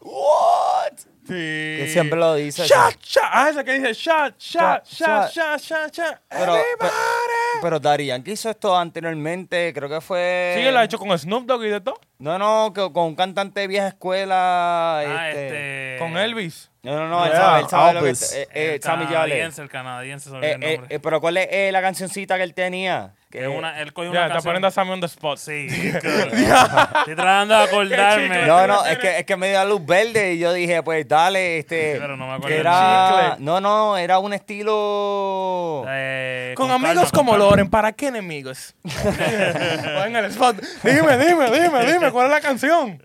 S7: What?
S1: Sí.
S7: Que siempre lo dice.
S1: Shot, shot. Ah, esa que dice shot, shot,
S7: Shot,
S1: shot,
S7: shot.
S1: shot, shot, shot.
S7: Pero, eh, pero,
S1: Everybody.
S7: pero Daddy Yankee hizo esto anteriormente, creo que fue...
S1: Sí, él la ha hecho con Snoop Dogg y de todo.
S7: No, no, que- con un cantante de vieja escuela.
S2: Ah,
S7: este...
S2: este, Ah,
S1: Con Elvis.
S7: No, no, no, él
S8: Yeah,
S7: sabe, él sabe lo que...
S9: Elvis.
S7: eh, eh,
S2: El
S7: Sammy Yale.
S2: canadiense, el canadiense, se me
S7: Eh,
S2: olvidó el
S7: eh,
S2: nombre.
S7: eh, pero ¿cuál es eh, la cancioncita que él tenía?
S2: Que una, él cogió
S1: Ya,
S2: una
S1: te
S2: canción.
S1: poniendo a Sammy on the spot.
S2: Sí, estoy tratando de acordarme.
S7: No, no, es que, es que me dio la luz verde y yo dije, pues dale, este...
S2: Sí, pero no me acuerdo
S7: que
S2: del
S7: era...
S1: chicle.
S7: No, no, era un estilo...
S2: Eh,
S1: Con,
S2: calma,
S1: amigos
S2: con
S1: como
S2: calma.
S1: Loren, ¿para qué (laughs) enemigos? O en el spot. Dime, dime, dime, dime, ¿cuál es la canción?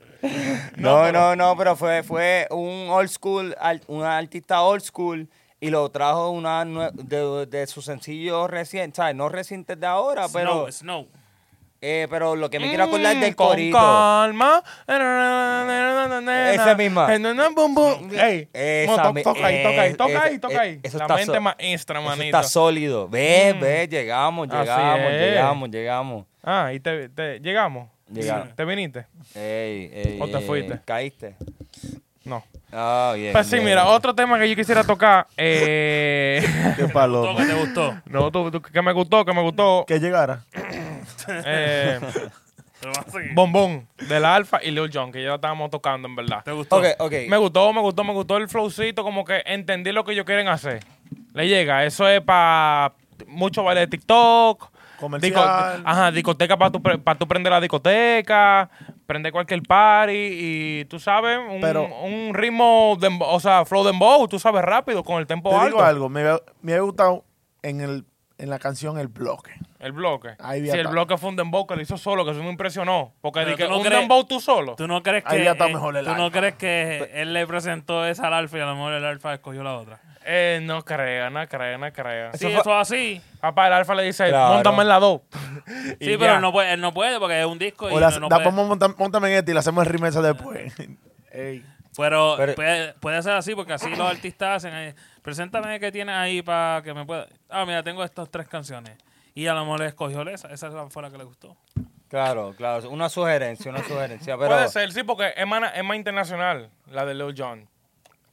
S7: No, no, no, pero fue, fue un old school, al- un artista old school y lo trajo una nue- de, de su sencillo reciente, ¿sabes? No reciente de ahora, pero,
S2: Snow, Snow.
S7: eh, pero lo que me quiero acordar es del
S1: Mm, con
S7: corito.
S1: calma.
S7: Esa misma.
S1: Eh, na, na, bum, bum. Ey,
S7: Esa
S1: no, to-
S7: mi-
S1: toca ahí, toca ahí,
S7: es-
S1: toca ahí,
S7: es-
S1: toca ahí.
S7: eh, eso
S1: La
S7: está
S1: mente
S7: so-
S1: maestra,
S7: Eso
S1: manito.
S7: está sólido. Ve,
S1: Mm.
S7: ve, llegamos,
S1: Así
S7: llegamos,
S1: es.
S7: llegamos, llegamos.
S1: Ah, y te, te- llegamos.
S7: Llegamos.
S1: ¿Te viniste?
S7: Ey, ey,
S1: ¿O te
S7: ey,
S1: fuiste?
S7: Caíste.
S1: No.
S7: Ah, bien.
S1: Pues sí,
S7: bien.
S1: mira, otro tema que yo quisiera tocar.
S7: (laughs)
S1: Eh...
S9: Qué
S2: Todo
S9: paloma.
S2: que te gustó.
S1: no, tú- tú- que me gustó, que me gustó.
S8: Que llegara.
S1: Eh,
S2: Pero vamos a seguir.
S1: Bombón, de la Alfa y Lil Jon, que ya estábamos tocando, en verdad.
S2: ¿Te gustó?
S7: Ok, ok.
S1: Me gustó, me gustó, me gustó el flowcito, como que entendí lo que ellos quieren hacer. Le llega, eso es para mucho baile de TikTok.
S8: Comercial.
S1: disco- ajá, discoteca para tu, para tu prender la discoteca, prender cualquier party y tú sabes, un,
S8: Pero-
S1: un ritmo, de, o sea, flow dembow, tú sabes rápido, con el tempo
S8: Te
S1: alto.
S8: digo algo, me, había- me había gustado en, el, en la canción El Bloque.
S1: El bloque.
S8: Ahí
S1: si
S8: había
S1: el
S8: ta-
S1: bloque fue un dembow que lo hizo solo, que eso me impresionó. Porque
S2: Pero
S1: dije,
S2: tú no
S1: un
S2: crees-
S1: dembow tú solo.
S2: ¿Tú no crees que,
S8: Ahí ya está
S2: eh,
S8: mejor el
S2: ¿tú no
S8: Alfa.
S2: crees que él le presentó esa al alfa y a lo mejor el alfa escogió la otra?
S1: Eh, no creo, no creo, no creo.
S2: sí,
S7: fue-
S2: eso es así.
S1: Papá, el alfa le dice,
S7: Claro.
S1: montame en la 2.
S2: Sí, pero él no, puede, él no puede porque es un disco y
S8: O la,
S2: no, no
S8: la
S2: puede.
S8: pongo monta- montame en este y la hacemos el remesa después. Ey.
S2: Pero,
S7: Pero-
S2: puede, puede ser así porque así los artistas hacen. eh, Preséntame qué tienes ahí para que me pueda. Ah, mira, tengo estas tres canciones. Y a lo mejor le escogió esa. Esa fue la que le gustó.
S7: Claro, claro. Una sugerencia, una sugerencia. Pero,
S1: Puede ser, sí, porque es más, es más internacional la de Lil Jon.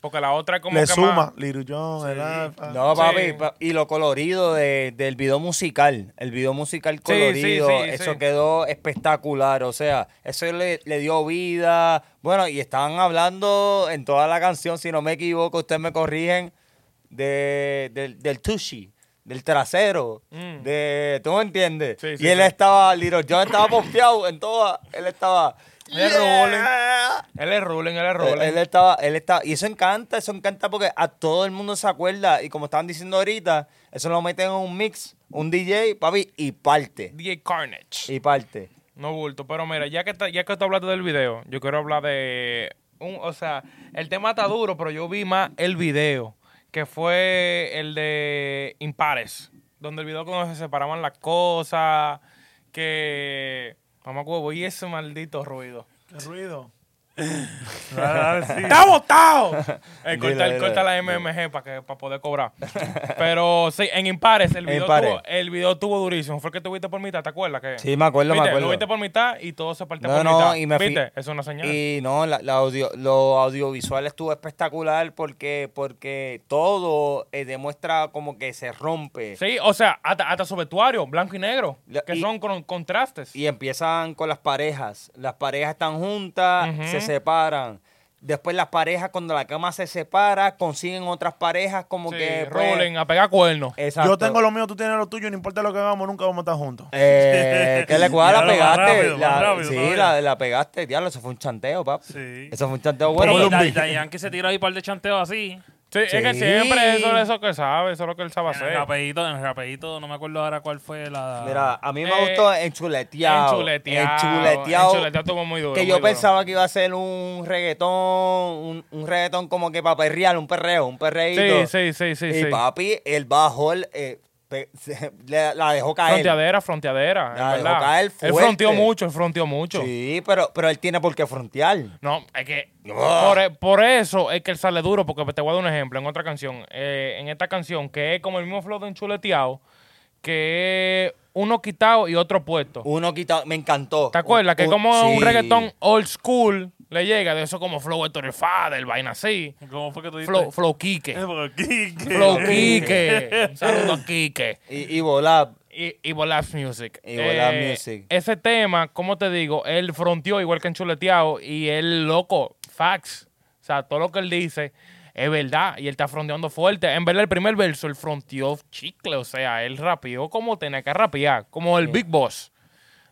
S1: Porque la otra es como
S8: Le
S1: que
S8: suma
S1: más...
S8: Little John, el Alfa.
S7: No, papi,
S1: Sí.
S7: pa- y lo colorido de- del video musical, el video musical
S1: sí,
S7: colorido,
S1: sí,
S7: eso
S1: sí.
S7: quedó espectacular, o sea, eso le, le dio vida, bueno, y estaban hablando en toda la canción, si no me equivoco, ustedes me corrigen, de, del, del tushy, del trasero, de, ¿tú me entiendes?
S1: Mm. Sí, sí,
S7: y él
S1: sí.
S7: estaba, Little John estaba pompeado en toda, él estaba...
S1: Él es rolling. Él es ruling, él es
S7: Él,
S1: ruling.
S7: Eh, él estaba, él estaba, y eso encanta, eso encanta porque a todo el mundo se acuerda. Y como estaban diciendo ahorita, eso lo meten en un mix, un DJ, papi, y parte.
S1: DJ Carnage.
S7: Y parte.
S1: No bulto, pero mira, ya que, ta- ya que tú hablaste del video, yo quiero hablar de... Un, o sea, el tema está duro, pero yo vi más el video, que fue el de Impares, donde el video cuando se separaban las cosas, que... Mamá huevo, y ese maldito ruido.
S8: Qué ruido.
S1: ¡Está botado! (laughs) Eh,
S7: Dilo,
S1: corta,
S7: dilo,
S1: corta la MMG para que para poder
S7: (laughs)
S1: cobrar. Pero sí, en impares, el
S7: En
S1: video,
S7: impares.
S1: Tuvo, el video tuvo durísimo. Fue el que tuviste por mitad, ¿te acuerdas? Que,
S7: Sí, me acuerdo, me
S1: ¿Viste?
S7: acuerdo.
S1: Lo viste por mitad y todo se partió
S7: No,
S1: por
S7: no,
S1: mitad.
S7: y me fui-
S1: ¿Viste? Es una señal.
S7: Y no, la, la audio, lo audiovisual estuvo espectacular porque, porque todo eh, demuestra como que se rompe.
S1: Sí, o sea, hasta, hasta su vestuario, blanco y negro,
S7: La-
S1: que
S7: y-
S1: son con- contrastes.
S7: Y empiezan con las parejas. Las parejas están juntas, se separan. Después las parejas, cuando la cama se separa, consiguen otras parejas como
S1: Sí,
S7: que... pues, eh,
S1: rolling, a pegar cuernos.
S7: Exacto.
S8: Yo tengo lo mío, tú tienes lo tuyo, no importa lo que hagamos, nunca vamos a estar juntos.
S7: (laughs) Eh, ¿Qué le cuadra? La
S2: Diablo, más
S7: pegaste.
S2: rápido, más
S7: la,
S2: rápido
S7: sí,
S2: todavía.
S7: la, la pegaste. Diablo, eso fue un chanteo, papi.
S2: Sí.
S7: Eso fue un chanteo bueno.
S2: y
S7: pero-
S2: Daddy Yankee se tiró ahí un par de chanteos así.
S1: Sí, es que
S7: Sí.
S1: siempre eso es eso que sabe, eso es lo que él sabe
S2: En el
S1: hacer.
S2: rapidito, en el rapidito, no me acuerdo ahora cuál fue la...
S7: Mira, a mí me
S1: Eh,
S7: gustó enchuleteado.
S1: enchuleteado,
S7: Enchuleteado.
S1: enchuleteado estuvo muy duro,
S7: Que
S1: muy
S7: yo
S1: duro.
S7: pensaba que iba a ser un reggaetón, un, un reggaetón como que para perrear, un perreo, un perreíto.
S1: Sí, sí, sí, sí,
S7: Y
S1: sí.
S7: papi, el bajo, el, eh, pe- (laughs) se- le- la dejó caer.
S1: Fronteadera, fronteadera.
S7: La
S1: en
S7: dejó
S1: verdad.
S7: caer
S1: Él
S7: fuerte.
S1: fronteó mucho, él fronteó mucho.
S7: Sí, pero, pero él tiene por qué frontear.
S1: No, es que
S7: Ah.
S1: por, eh, por eso es que él sale duro, porque te voy a dar un ejemplo en otra canción. Eh, en esta canción, que es como el mismo flow de enchuleteado, que es uno quitado y otro puesto.
S7: Uno quitado, me encantó.
S1: ¿Te acuerdas? Que es como
S7: Uh, sí.
S1: un reggaetón old school le llega, de eso como Flow Héctor el Father, el vaina así.
S2: ¿Cómo fue que tú dijiste?
S1: Flow, flow
S2: (laughs)
S1: Quique.
S2: Por aquí, que-
S1: Flow Quique. Un saludo a Quique.
S7: Y, y volar.
S1: Y, y Volapse Music. Eh,
S7: Y Volapse Music.
S1: Ese tema, como te digo, él fronteó igual que en Chuleteado y él, loco, facts. O sea, todo lo que él dice es verdad y él está fronteando fuerte. En verdad, el primer verso, él fronteó chicle. O sea, él rapeó como tenía que rapear, como el Big Boss.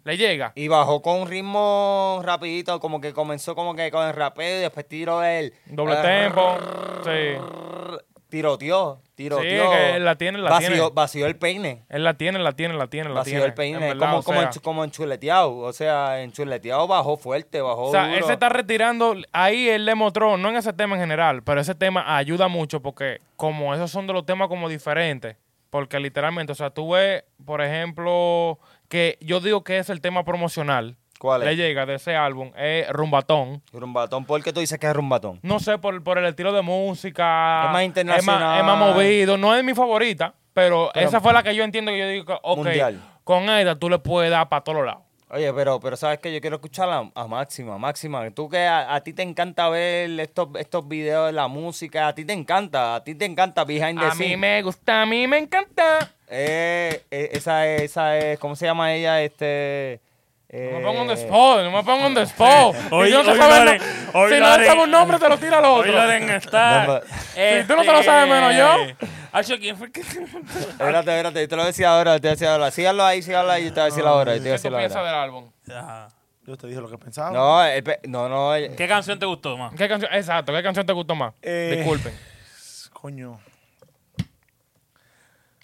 S1: Le llega.
S7: Y bajó con un ritmo rapidito, como que comenzó como que con el rapeo y después tiró el...
S1: Doble
S7: eh,
S1: tempo. Sí.
S7: Tiroteó, tiroteó.
S1: que la tiene, la
S7: vació,
S1: tiene.
S7: Vació el peine.
S1: Él la tiene, la tiene, la tiene, la
S7: Vació
S1: tiene.
S7: el peine.
S1: En verdad,
S7: como,
S1: o
S7: como,
S1: sea.
S7: enchu- como enchuleteado. O sea, enchuleteado bajó fuerte, bajó
S1: O sea,
S7: duro.
S1: él se está retirando. Ahí él le mostró, no en ese tema en general, pero ese tema ayuda mucho porque como esos son de los temas como diferentes, porque literalmente, o sea, tú ves, por ejemplo, que yo digo que es el tema promocional.
S7: ¿Cuál es?
S1: Le llega de ese álbum, es Rumbatón.
S7: Rumbatón. ¿Por qué tú dices que es rumbatón?
S1: No sé, por, por el estilo de música.
S7: Es más internacional.
S1: Es más, movido. No es mi favorita, pero,
S7: Pero-
S1: esa fue la que yo entiendo que yo digo, que, ok,
S7: Mundial.
S1: con ella tú le puedes dar para todos lados.
S7: Oye, pero, pero sabes que yo quiero escuchar a, a Máxima, Máxima, tú que a, a ti te encanta ver estos, estos videos de la música, a ti te encanta, a ti te encanta Behind the
S1: A
S7: Scenes.
S1: mí me gusta, a mí me encanta.
S7: Eh, eh, esa es, esa es, ¿cómo se llama ella? Este. eh,
S1: No me pongo en the spot, no me pongo en the spot.
S2: Hoy-
S1: si no,
S2: hoy
S1: se sabe,
S2: Loren-
S1: no-
S2: hoy
S1: si no
S2: Loren-
S1: sabe un nombre, te lo tira al
S2: Hoy
S1: otro. (laughs)
S2: Loren
S7: No,
S2: está...
S7: no.
S1: Si tú no te lo sabes menos yo.
S2: Este, (laughs) Acho, ¿quién fue que...?
S7: Espérate, espérate, yo te lo decía ahora, te lo decía ahora. Sígalo ahí, sígalo ahí, yo te voy a decir la hora, yo te voy a
S1: ¿Qué
S7: decir
S1: tú
S7: la
S1: piensas
S7: hora.
S1: del álbum?
S2: Ajá.
S8: Yo te dije lo que pensaba.
S7: No, el pe- no, no, el-
S2: ¿Qué canción te gustó más?
S1: ¿Qué canción? Exacto, ¿qué canción te gustó más?
S8: Eh.
S1: Disculpen.
S8: Coño.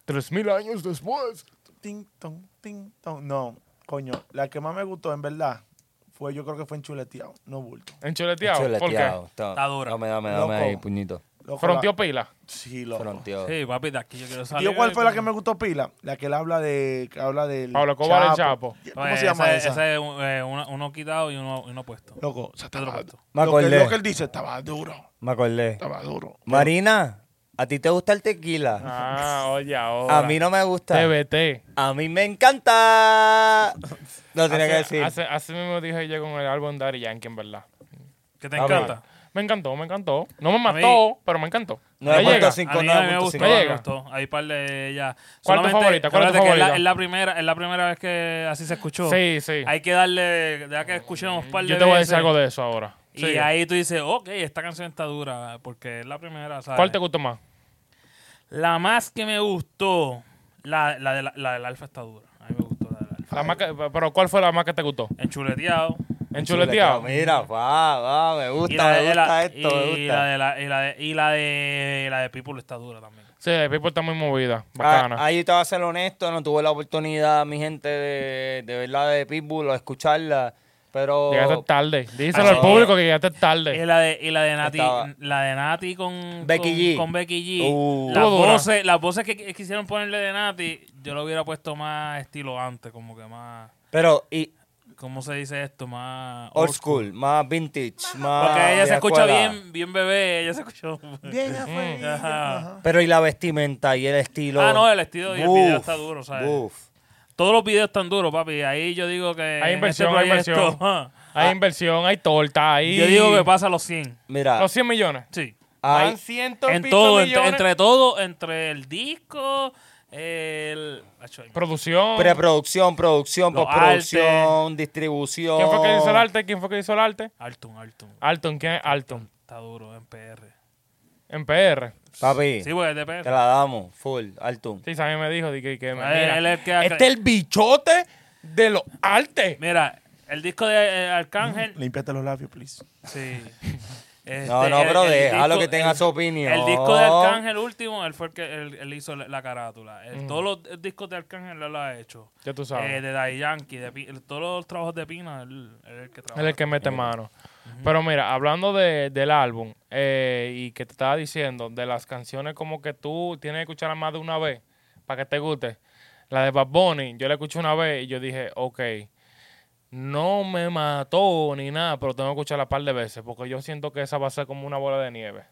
S1: Tres mil años después.
S8: Ting, tong, ting, tong. No, coño. La que más me gustó, en verdad, fue yo creo que fue enchuleteado, no bulto.
S1: Enchuleteado. ¿Por qué?
S7: chuleteado, Está,
S2: Está dura.
S7: Dame, dame,
S8: Loco.
S7: dame ahí, puñito.
S8: Loco,
S1: Fronteó
S8: la-
S1: pila.
S8: Sí, loco.
S7: Fronteo.
S2: Sí, papi, de aquí yo quiero salir.
S8: ¿Tío cuál fue la que me gustó pila? La que él habla de. Que habla del.
S1: Pablo Escobar, el Chapo.
S8: ¿Cómo se llama esa?
S2: Pues Ese es un- eh, uno, uno quitado y uno, y uno puesto.
S8: Loco, o sea, estaba-
S2: Otro puesto.
S7: Me
S8: lo, que,
S7: acordé.
S8: lo que él dice, estaba duro,
S7: Me acordé.
S8: estaba duro.
S7: Marina, ¿a ti te gusta el tequila?
S1: Ah, oye, ahora.
S7: A mí no me gusta.
S1: TBT.
S7: A mí me encanta. No tenía que
S1: Hace,
S7: decir.
S1: hace- así mismo dije yo con el álbum Daddy Yankee, en verdad.
S2: ¿Qué te
S1: Ah,
S7: A ver.
S2: encanta?
S1: Me encantó, me encantó. No me
S2: mí-
S1: mató, pero me encantó.
S7: No
S1: Le
S7: le he
S1: llega.
S7: puesto
S2: A
S7: cinco,
S2: mí,
S7: no
S2: a
S7: le
S2: mí
S7: he
S2: me
S7: puesto
S2: gustó,
S7: cinco.
S1: No
S2: me
S1: llega.
S2: gustó. Hay par de ella.
S1: ¿Cuál es tu
S2: Solamente,
S1: favorita? ¿Cuál es tu
S2: acuérdate que la-
S1: favorita?
S2: Es la, primera, es la primera vez que así se escuchó.
S1: Sí, sí.
S2: Hay que darle, ya que escuchemos un par de
S1: Yo te voy a
S2: veces,
S1: decir algo de eso ahora.
S2: Y
S1: Sigue.
S2: ahí tú dices, ok, esta canción está dura, porque es la primera, ¿sabes?
S1: ¿Cuál te gustó más?
S2: La más que me gustó, la, la, de la, la del alfa está dura. A mí me gustó la del alfa.
S1: La más que- pero ¿cuál fue la más que te gustó?
S2: Enchuleteado.
S1: Enchuleteado.
S7: Mira, va, va, me
S2: Y
S7: gusta,
S2: la
S7: me
S2: de- la-
S7: gusta
S2: y
S7: esto, me
S2: la
S7: gusta.
S2: de la- y la de- y la de la de People está dura también.
S1: Sí, People está muy movida. Bacana.
S7: Ah, Ahí te voy a ser honesto, no tuve la oportunidad, mi gente, de, de verla de Pitbull o escucharla, pero...
S1: Llegaste tarde. Díselo
S2: Ah,
S1: al
S2: sí.
S1: público que llegaste tarde.
S2: Y la de, y la de Nati,
S7: Estaba-
S2: la de Nati con
S7: Becky G.
S2: Con, con Becky G.
S7: Uh.
S2: las,
S1: Estuvo dura.
S2: voces, las voces que qui- quisieron ponerle de Nati, yo lo hubiera puesto más estilo antes, como que más,
S7: Pero, y
S2: ¿cómo se dice esto? Más
S7: old school, Ah, más vintage, más...
S2: Porque ella se
S7: vieja
S2: escucha
S7: escuela.
S2: bien, bien bebé, ella se escuchó.
S8: Bien, ya fue.
S2: Ajá.
S7: Pero y la vestimenta y el estilo.
S2: Ah, no, el estilo y el video
S7: Uf,
S2: está duro, ¿sabes?
S7: uf.
S2: Todos los videos están duros, papi. Ahí yo digo que. en
S1: hay
S2: este
S1: inversión, hay
S2: proyecto,
S1: inversión.
S2: (laughs) ajá,
S1: Hay inversión, hay torta, hay...
S2: Yo digo que pasa a los 100.
S7: Mira,
S1: Los 100 millones.
S2: Sí.
S7: hay-
S1: Van ciento y
S2: En
S1: pico
S2: todo, entre,
S1: millones.
S2: entre todo, entre el disco, el. Acho, ahí.
S1: Producción.
S7: preproducción, producción,
S2: Los
S7: postproducción, distribución.
S1: ¿Quién fue que hizo el arte? ¿Quién fue que hizo el arte?
S2: Alton, Alton.
S1: Alton, ¿quién es Alton?
S2: Está duro, en PR.
S1: En PR.
S7: Papi,
S2: Sí, porque es de PR.
S7: te la damos, full, alto.
S1: Sí, Sammy me dijo de que... que-
S2: Ah, él-
S1: mira,
S2: él es el que-
S1: este es el bichote de los artes.
S2: Mira, el disco de eh, Arcángel.
S7: (laughs)
S8: Límpiate los labios, please.
S2: sí. Este,
S7: No, no, pero deja lo que tenga su opinión.
S2: El disco de Arcángel último, él fue el que él, él hizo la, la carátula. Él- Todos los discos de Arcángel él lo ha hecho.
S1: Ya tú sabes.
S2: Eh, de Daddy Yankee, de Pi- el- todos los trabajos de Pina, él, él es el que trabaja.
S1: Él es el que mete mano. Pero mira, hablando de- del álbum eh, y que te estaba diciendo, de las canciones como que tú tienes que escucharlas más de una vez para que te guste. La de Bad Bunny, yo la escuché una vez y yo dije, ok, no me mató ni nada, pero tengo que escucharla un par de veces porque yo siento que esa va a ser como una bola de nieve.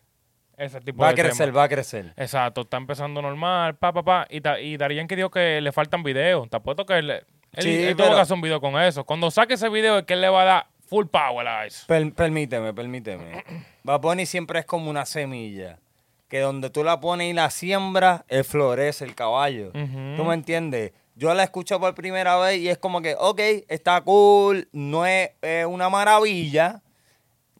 S1: Ese tipo
S7: Va a
S1: de tema.
S7: crecer, va a crecer.
S1: Exacto, está empezando normal, pa, pa, pa. Y, ta- y Darían que dijo que le faltan videos. Te apuesto que le, él,
S7: Sí,
S1: él tuvo
S7: pero-
S1: que hacer un video con eso. Cuando saque ese video es que él le va a dar full power a eso.
S7: Per- permíteme, permíteme. Bad Bunny siempre es como una semilla. Que donde tú la pones y la siembras, él florece el caballo. ¿Tú me entiendes? Yo la escucho por primera vez y es como que, ok, está cool, no es eh, una maravilla,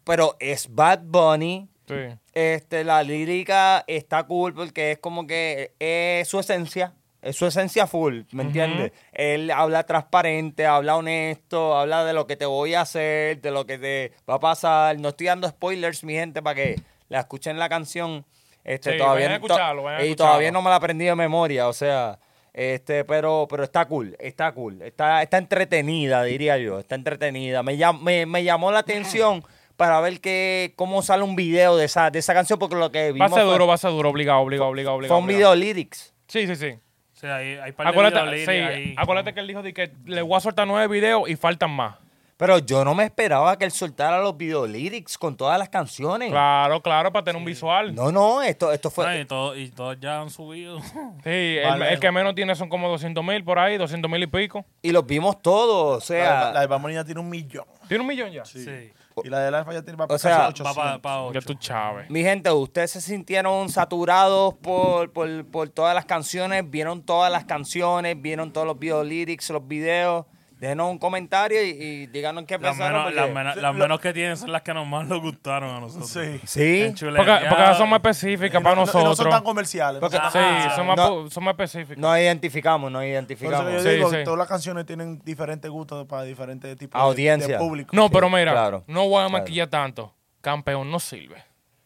S7: pero es Bad Bunny.
S1: Sí.
S7: Este, la lírica está cool porque es como que eh, es su esencia. Es su esencia full, ¿me entiendes? Él habla transparente, habla honesto, habla de lo que te voy a hacer, de lo que te va a pasar. No estoy dando spoilers, mi gente, para que la escuchen la canción. Este,
S1: Sí,
S7: todavía
S1: vayan a
S7: no- to-
S1: escucharlo, vayan a
S7: Y todavía
S1: escucharlo.
S7: no me la aprendí de memoria, o sea, este, pero, pero está cool, está cool, está, está entretenida, diría yo, está entretenida. Me, llam- me, me llamó la atención para ver que, cómo sale un video de esa, de esa canción, porque lo que
S1: Va a
S7: vimos
S1: ser
S7: fue,
S1: duro, va a ser duro, obligado, obligado, obligado.
S7: fue
S1: obligado,
S7: un
S1: obligado.
S7: video lyrics.
S1: Sí, sí, sí.
S2: Sí, hay, hay par de videos
S1: Acuérdate,
S2: lyrics
S1: sí,
S2: ahí.
S1: acuérdate que él dijo de que le voy a soltar nueve videos y faltan más.
S7: Pero yo no me esperaba que él soltara los video lyrics con todas las canciones.
S1: Claro, claro, para tener un visual.
S7: No, no, esto, esto fue...
S2: Ay, y, todo- y todos ya han subido.
S1: Sí, el- el, que menos tiene son como 200 mil por ahí, 200 mil y pico.
S7: Y los vimos todos, o
S8: La
S7: sea...
S8: de- la de Bad Bunny ya tiene un millón.
S1: ¿Tiene un millón ya?
S2: sí.
S8: Y la de Alfa ya tiene va
S7: O sea,
S8: casi
S2: Va
S8: 800.
S2: para
S1: Ya tú chaves.
S7: Mi gente, ustedes se sintieron saturados por, por- por todas las canciones, vieron todas las canciones, vieron todos los video lyrics, los videos. Déjenos un comentario y, y díganos qué
S2: Las
S7: pensaron.
S2: menos, las
S7: porque-
S2: menos- las menos que tienen son las que nos más nos gustaron a nosotros.
S8: Sí.
S7: Sí,
S2: En chulería-
S1: Porque, porque esas son más específicas
S8: Y
S1: para
S8: no- no- y No son
S1: nosotros.
S8: tan comerciales.
S7: Porque-
S1: Sí, son más,
S7: No.
S1: pu- son más específicos.
S7: nos identificamos, nos
S8: Por eso que yo
S7: identificamos.
S1: Sí,
S8: digo,
S1: sí.
S8: todas las canciones tienen diferentes gustos para diferentes tipos de-
S7: Audiencia.
S8: de público.
S1: No,
S7: Sí,
S1: pero mira,
S7: claro,
S1: no voy a
S7: claro.
S1: maquillar tanto. Campeón no sirve.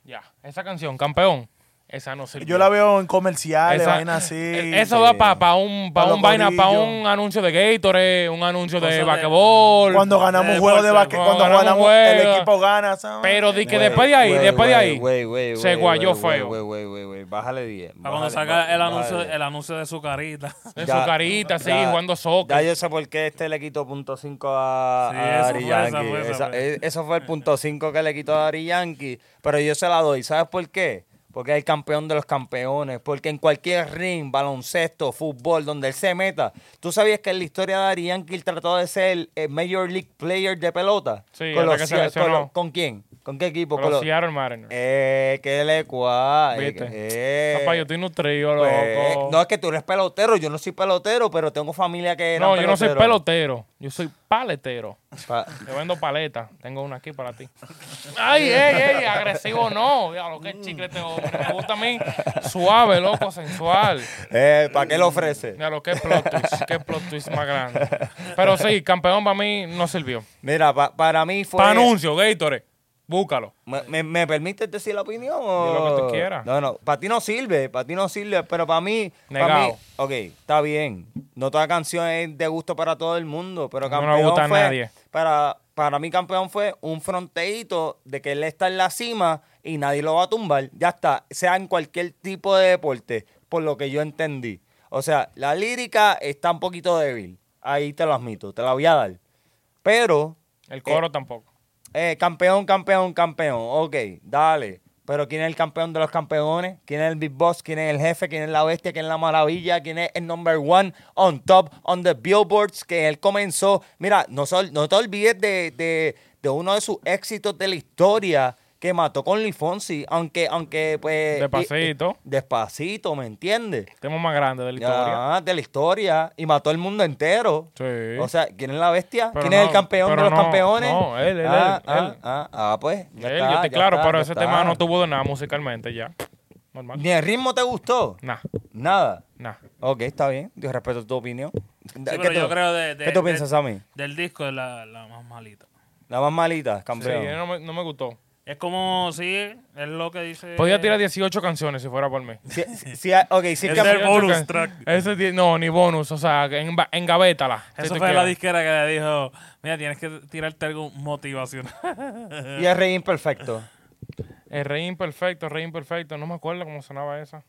S1: Ya, esa canción, Campeón, esa no sirve.
S8: Yo la veo en comerciales,
S1: Esa-
S8: vainas así.
S1: e- Eso va para un, pa
S8: Pa' los
S1: un vaina, para
S8: corillos.
S1: un anuncio de Gatorade, un anuncio
S2: Cosas
S1: de
S2: de-
S1: basquetbol.
S8: Cuando ganamos
S2: de
S8: juegos de
S2: deporte,
S8: basquet,
S1: pues, cuando
S8: cuando
S1: ganamos
S8: ganamos, el
S1: juegos.
S8: equipo gana, ¿sabes?
S1: Pero di que
S7: Güey,
S1: después de ahí,
S7: güey,
S1: después de
S7: güey,
S1: ahí,
S7: güey, güey,
S1: se
S7: güey,
S1: guayó
S7: güey,
S1: feo.
S7: güey, güey, güey, güey, bájale 10.
S2: Para cuando
S7: bájale,
S2: saca el
S7: bájale.
S2: anuncio, el anuncio de su carita. (laughs)
S1: De
S7: Ya-
S1: su carita, sí,
S7: ya-
S1: jugando soccer.
S7: Ya yo sé por qué este le quitó punto cinco a,
S2: Sí,
S7: a
S2: eso
S7: Daddy
S2: fue,
S7: Yankee.
S2: esa fue, esa
S7: Esa-
S2: fue.
S7: eh, eso fue el punto 5 que le quitó a Dari Yankee. Pero yo se la doy. ¿Sabes por qué? Porque es el campeón de los campeones. Porque en cualquier ring, baloncesto, fútbol, donde él se meta. ¿Tú sabías que en la historia de Dari Yankee él trató de ser el Major League Player de pelota?
S1: Sí, hasta que se
S7: Sea-
S1: lesionó.
S7: con los- ¿Con quién? ¿Con qué equipo?
S1: Pero
S7: los-
S1: Seattle Mariners.
S7: Eh, qué le cua. eh,
S1: ¿Viste?
S7: eh.
S1: Papá, yo estoy nutrido, loco.
S7: Pues, no
S1: no,
S7: es que tú eres pelotero, yo no soy pelotero, pero tengo familia que eran
S1: yo no soy
S7: peloteros.
S1: pelotero. Yo soy paletero.
S7: Pa-
S1: Yo vendo paletas. Tengo una aquí para ti. Ay, ey, ey, agresivo no. Diablo, qué chicle este hombre. Me gusta a mí suave, loco, sensual.
S7: Eh, ¿Para qué lo ofrece?
S1: Mira lo que plot twist, qué plot twist más grande. Pero sí, campeón para mí no sirvió.
S7: Mira, pa- para mí fue.
S1: Para anuncio, Gatorade, búscalo.
S7: ¿Me, me, me permites decir la opinión? O...
S1: Di lo que tú quieras.
S7: No, no, para ti no sirve, para ti no sirve, pero para mí. pa'
S1: Negado.
S7: mí- ok, está bien. No toda canción es de gusto para todo el mundo, pero
S1: No le
S7: campeón.
S1: gusta a
S7: fue-
S1: nadie.
S7: Para, para mí, campeón fue un fronteíto de que él está en la cima y nadie lo va a tumbar. Ya está, sea en cualquier tipo de deporte, por lo que yo entendí. O sea, la lírica está un poquito débil. Ahí te lo admito, te la voy a dar. Pero
S1: El coro tampoco.
S7: eh, campeón, campeón, campeón. Ok, dale. Pero ¿quién es el campeón de los campeones? ¿Quién es el big boss? ¿Quién es el jefe? ¿Quién es la bestia? ¿Quién es la maravilla? ¿Quién es el number one on top on the billboards? Que él comenzó. Mira, no, sol- no te olvides de, de- de uno de sus éxitos de la historia que mató con Lifonsi. Aunque, aunque, pues.
S1: Despacito.
S7: y- y- despacito, ¿me entiendes?
S1: Tema más grande de la historia.
S7: Ah, de la historia. Y mató al mundo entero.
S1: Sí.
S7: O sea, ¿quién es la bestia?
S1: Pero
S7: ¿Quién es
S1: no,
S7: el campeón de
S1: pero
S7: los
S1: no,
S7: campeones?
S1: no, él, él,
S7: ah,
S1: él,
S7: ah,
S1: él.
S7: Ah, ah, pues. ya
S1: Él,
S7: está,
S1: yo te
S7: ya
S1: claro,
S7: está,
S1: pero
S7: ya
S1: ese
S7: está.
S1: tema no tuvo de nada musicalmente ya. Normal.
S7: Ni el ritmo te gustó.
S1: Nah,
S7: Nada.
S1: nah.
S7: Ok, está bien. Yo respeto tu opinión.
S2: Sí,
S7: ¿Qué
S2: pero
S7: tú-
S2: yo creo de, de-
S7: ¿Qué tú
S2: de-
S7: piensas, Sammy?
S2: Del disco es la, la más malita.
S7: La más malita,
S1: Sí,
S7: campeón.
S1: no me, no me gustó.
S2: Es como, sí, es lo que
S7: Eh.
S2: dice.
S1: Podía tirar 18 canciones si fuera por mí.
S7: Si, si hay-
S1: (laughs)
S7: ok, si es
S2: Ese
S7: que-
S2: es el
S1: 18
S2: bonus
S1: can-
S2: track.
S1: Ese ti- no, ni bonus. O sea, en, engavétala. si
S2: Eso
S1: tú
S2: fue la
S1: quieres.
S2: disquera que le dijo, mira, tienes que tirarte algo motivacional.
S7: y es rey imperfecto.
S1: El rey imperfecto, rey imperfecto. No me acuerdo cómo sonaba esa.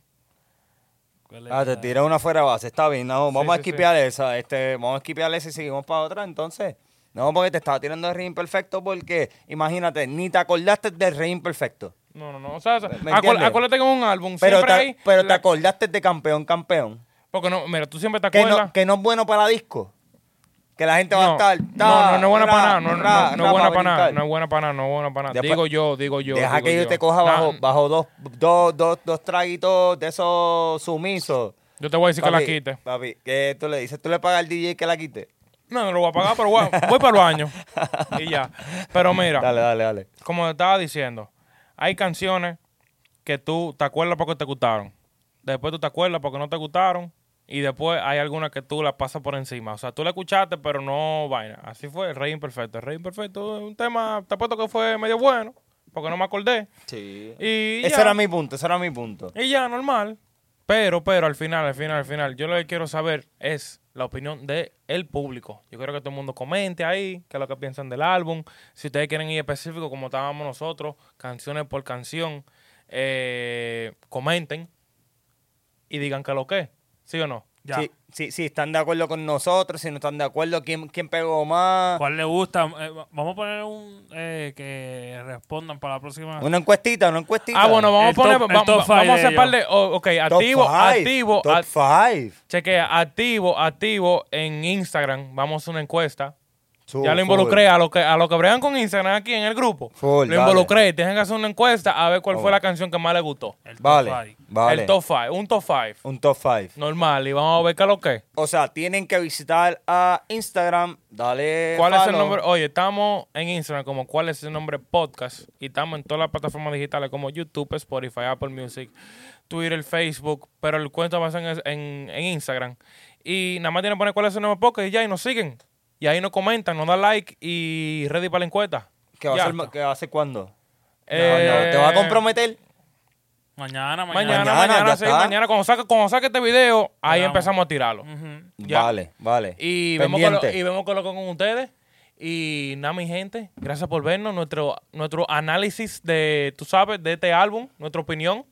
S2: ¿Cuál es
S7: Ah, te
S2: la-
S7: tiré una fuera de base. Está bien, no, vamos a
S1: sí, sí.
S7: esquipear esa. Este, vamos a esquipear esa y seguimos para otra, entonces. No, porque te estaba tirando el rey imperfecto porque, imagínate, ni te acordaste del rey imperfecto.
S1: No, no, no. O sea, o sea,
S7: ¿Me
S1: acu-
S7: entiendes?
S1: acuérdate que en un álbum
S7: Pero,
S1: siempre
S7: te,
S1: hay
S7: pero te
S1: la-
S7: acordaste de campeón, campeón.
S1: Porque no, mira, tú siempre te
S7: Que
S1: acuerdas.
S7: no, que no es bueno para disco. Que la gente va a
S1: No,
S7: estar.
S1: no, no, no es buena
S7: ra,
S1: para nada, no, no,
S7: ra,
S1: no, no
S7: ra,
S1: es buena
S7: para
S1: para nada,
S7: brincar.
S1: no es buena para nada, no es buena para nada.
S7: Después-
S1: Digo yo, digo yo.
S7: Deja
S1: digo
S7: que yo te coja
S1: Nah,
S7: bajo, bajo dos, dos, dos, dos traguitos de esos sumisos.
S1: Yo te voy a decir
S7: Papi,
S1: que la quite.
S7: Papi, ¿qué tú le dices? ¿Tú le pagas al DJ que la quite?
S1: No, no lo voy a pagar, pero voy, voy para el
S7: (laughs)
S1: baño. Y ya. Pero mira,
S7: Dale, dale, dale.
S1: como te estaba diciendo, hay canciones que tú te acuerdas porque te gustaron. Después tú te acuerdas porque no te gustaron. Y después hay algunas que tú las pasas por encima. O sea, tú la escuchaste, pero no vaina. Así fue el Rey Imperfecto. El Rey Imperfecto es un tema, te apuesto que fue medio bueno, porque no me acordé.
S7: Sí.
S1: Y
S7: Ese
S1: ya.
S7: era mi punto, ese era mi punto.
S1: Y ya, normal. Pero, pero, al final, al final, al final, yo lo que quiero saber es la opinión del el público. Yo quiero que todo el mundo comente ahí qué es lo que piensan del álbum. Si ustedes quieren ir específico, como estábamos nosotros, canciones por canción, eh, comenten y digan que lo que es. ¿Sí o no?
S2: Ya.
S7: Si, si- si están de acuerdo con nosotros, si no están de acuerdo, ¿quién, quién pegó más?
S2: ¿Cuál le gusta? Eh, va- vamos a poner un eh, que respondan para la próxima.
S7: Una encuestita, una encuestita.
S1: Ah, bueno, vamos
S2: El
S1: a poner,
S2: top- el
S1: va-
S2: top
S1: va-
S2: five
S1: vamos a
S2: de
S1: hacer par de,
S2: ellos.
S1: oh, ok,
S7: Top
S1: activo,
S7: five,
S1: activo,
S7: Top
S1: act-
S7: five.
S1: chequea, activo, activo en Instagram. Vamos a una encuesta.
S7: Su-
S1: Ya lo
S7: full.
S1: involucré a los que a los que bregan con Instagram aquí en el grupo.
S7: Full,
S1: lo
S7: dale.
S1: involucré, tienen que hacer una encuesta a ver cuál
S7: Oh.
S1: fue la canción que más les gustó.
S2: El top
S7: Vale,
S2: five.
S7: vale.
S1: El top 5, un top 5.
S7: Un top five.
S1: Normal, y vamos a ver qué es lo que. es.
S7: O sea, tienen que visitar a Instagram, dale
S1: ¿Cuál es el
S7: Eh, follow.
S1: nombre? Oye, estamos en Instagram como cuál es el nombre podcast y estamos en todas las plataformas digitales como YouTube, Spotify, Apple Music, Twitter, Facebook, pero el cuento va a ser en, en- en Instagram. Y nada más tienen que poner cuál es el nombre podcast y ya, y nos siguen. Y ahí nos comentan, nos dan like y ready para la encuesta.
S7: ¿Qué va,
S1: Ya.
S7: a ser, ¿Qué va a hacer cuándo?
S1: Eh,
S7: Coño, ¿Te va a comprometer?
S2: Mañana, mañana.
S1: Mañana, mañana,
S7: Mañana, ya
S1: sí,
S7: está.
S1: mañana cuando saque, cuando saque este video, ahí
S2: Vamos.
S1: empezamos a tirarlo. Ya.
S7: Vale, vale.
S1: Y vemos, que lo,
S7: Pendiente.
S1: y vemos que lo con ustedes. Y nada, mi gente, gracias por vernos. Nuestro, nuestro análisis de, tú sabes, de este álbum, nuestra opinión.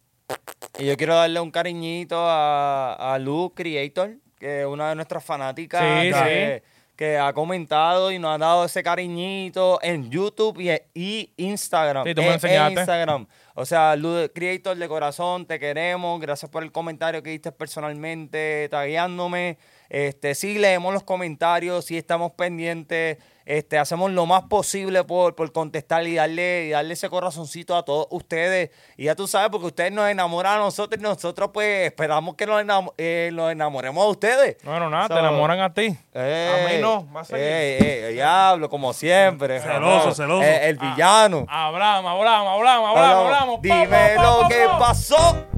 S7: Y yo quiero darle un cariñito a, a Lu Creator, que es una de nuestras fanáticas
S1: Sí,
S7: que, que ha comentado y nos ha dado ese cariñito en YouTube y, y Instagram.
S1: Sí, tú me
S7: En-
S1: lo enseñaste.
S7: en Ah, e Instagram. O sea, Lu Creator de corazón, te queremos. Gracias por el comentario que diste personalmente, tagueándome. Este, sí, leemos los comentarios, sí estamos pendientes. Este, hacemos lo más posible por, por contestar y darle, y darle ese corazoncito a todos ustedes. Y ya tú sabes, porque ustedes nos enamoran a nosotros y nosotros pues esperamos que nos, enam- eh, nos enamoremos a ustedes.
S1: No, no, nada,
S7: So- eh,
S1: te enamoran a ti.
S7: Ey,
S1: a mí no, más allá.
S7: ey, ey, eh, diablo, como siempre.
S2: Celoso,
S7: Eh,
S2: celoso.
S1: Ah.
S7: El, villano.
S1: Hablamos, hablamos, hablamos, hablamos, hablamos. Pa, pa,
S7: Dime
S1: pa, pa,
S7: lo que
S1: pa.
S7: pasó.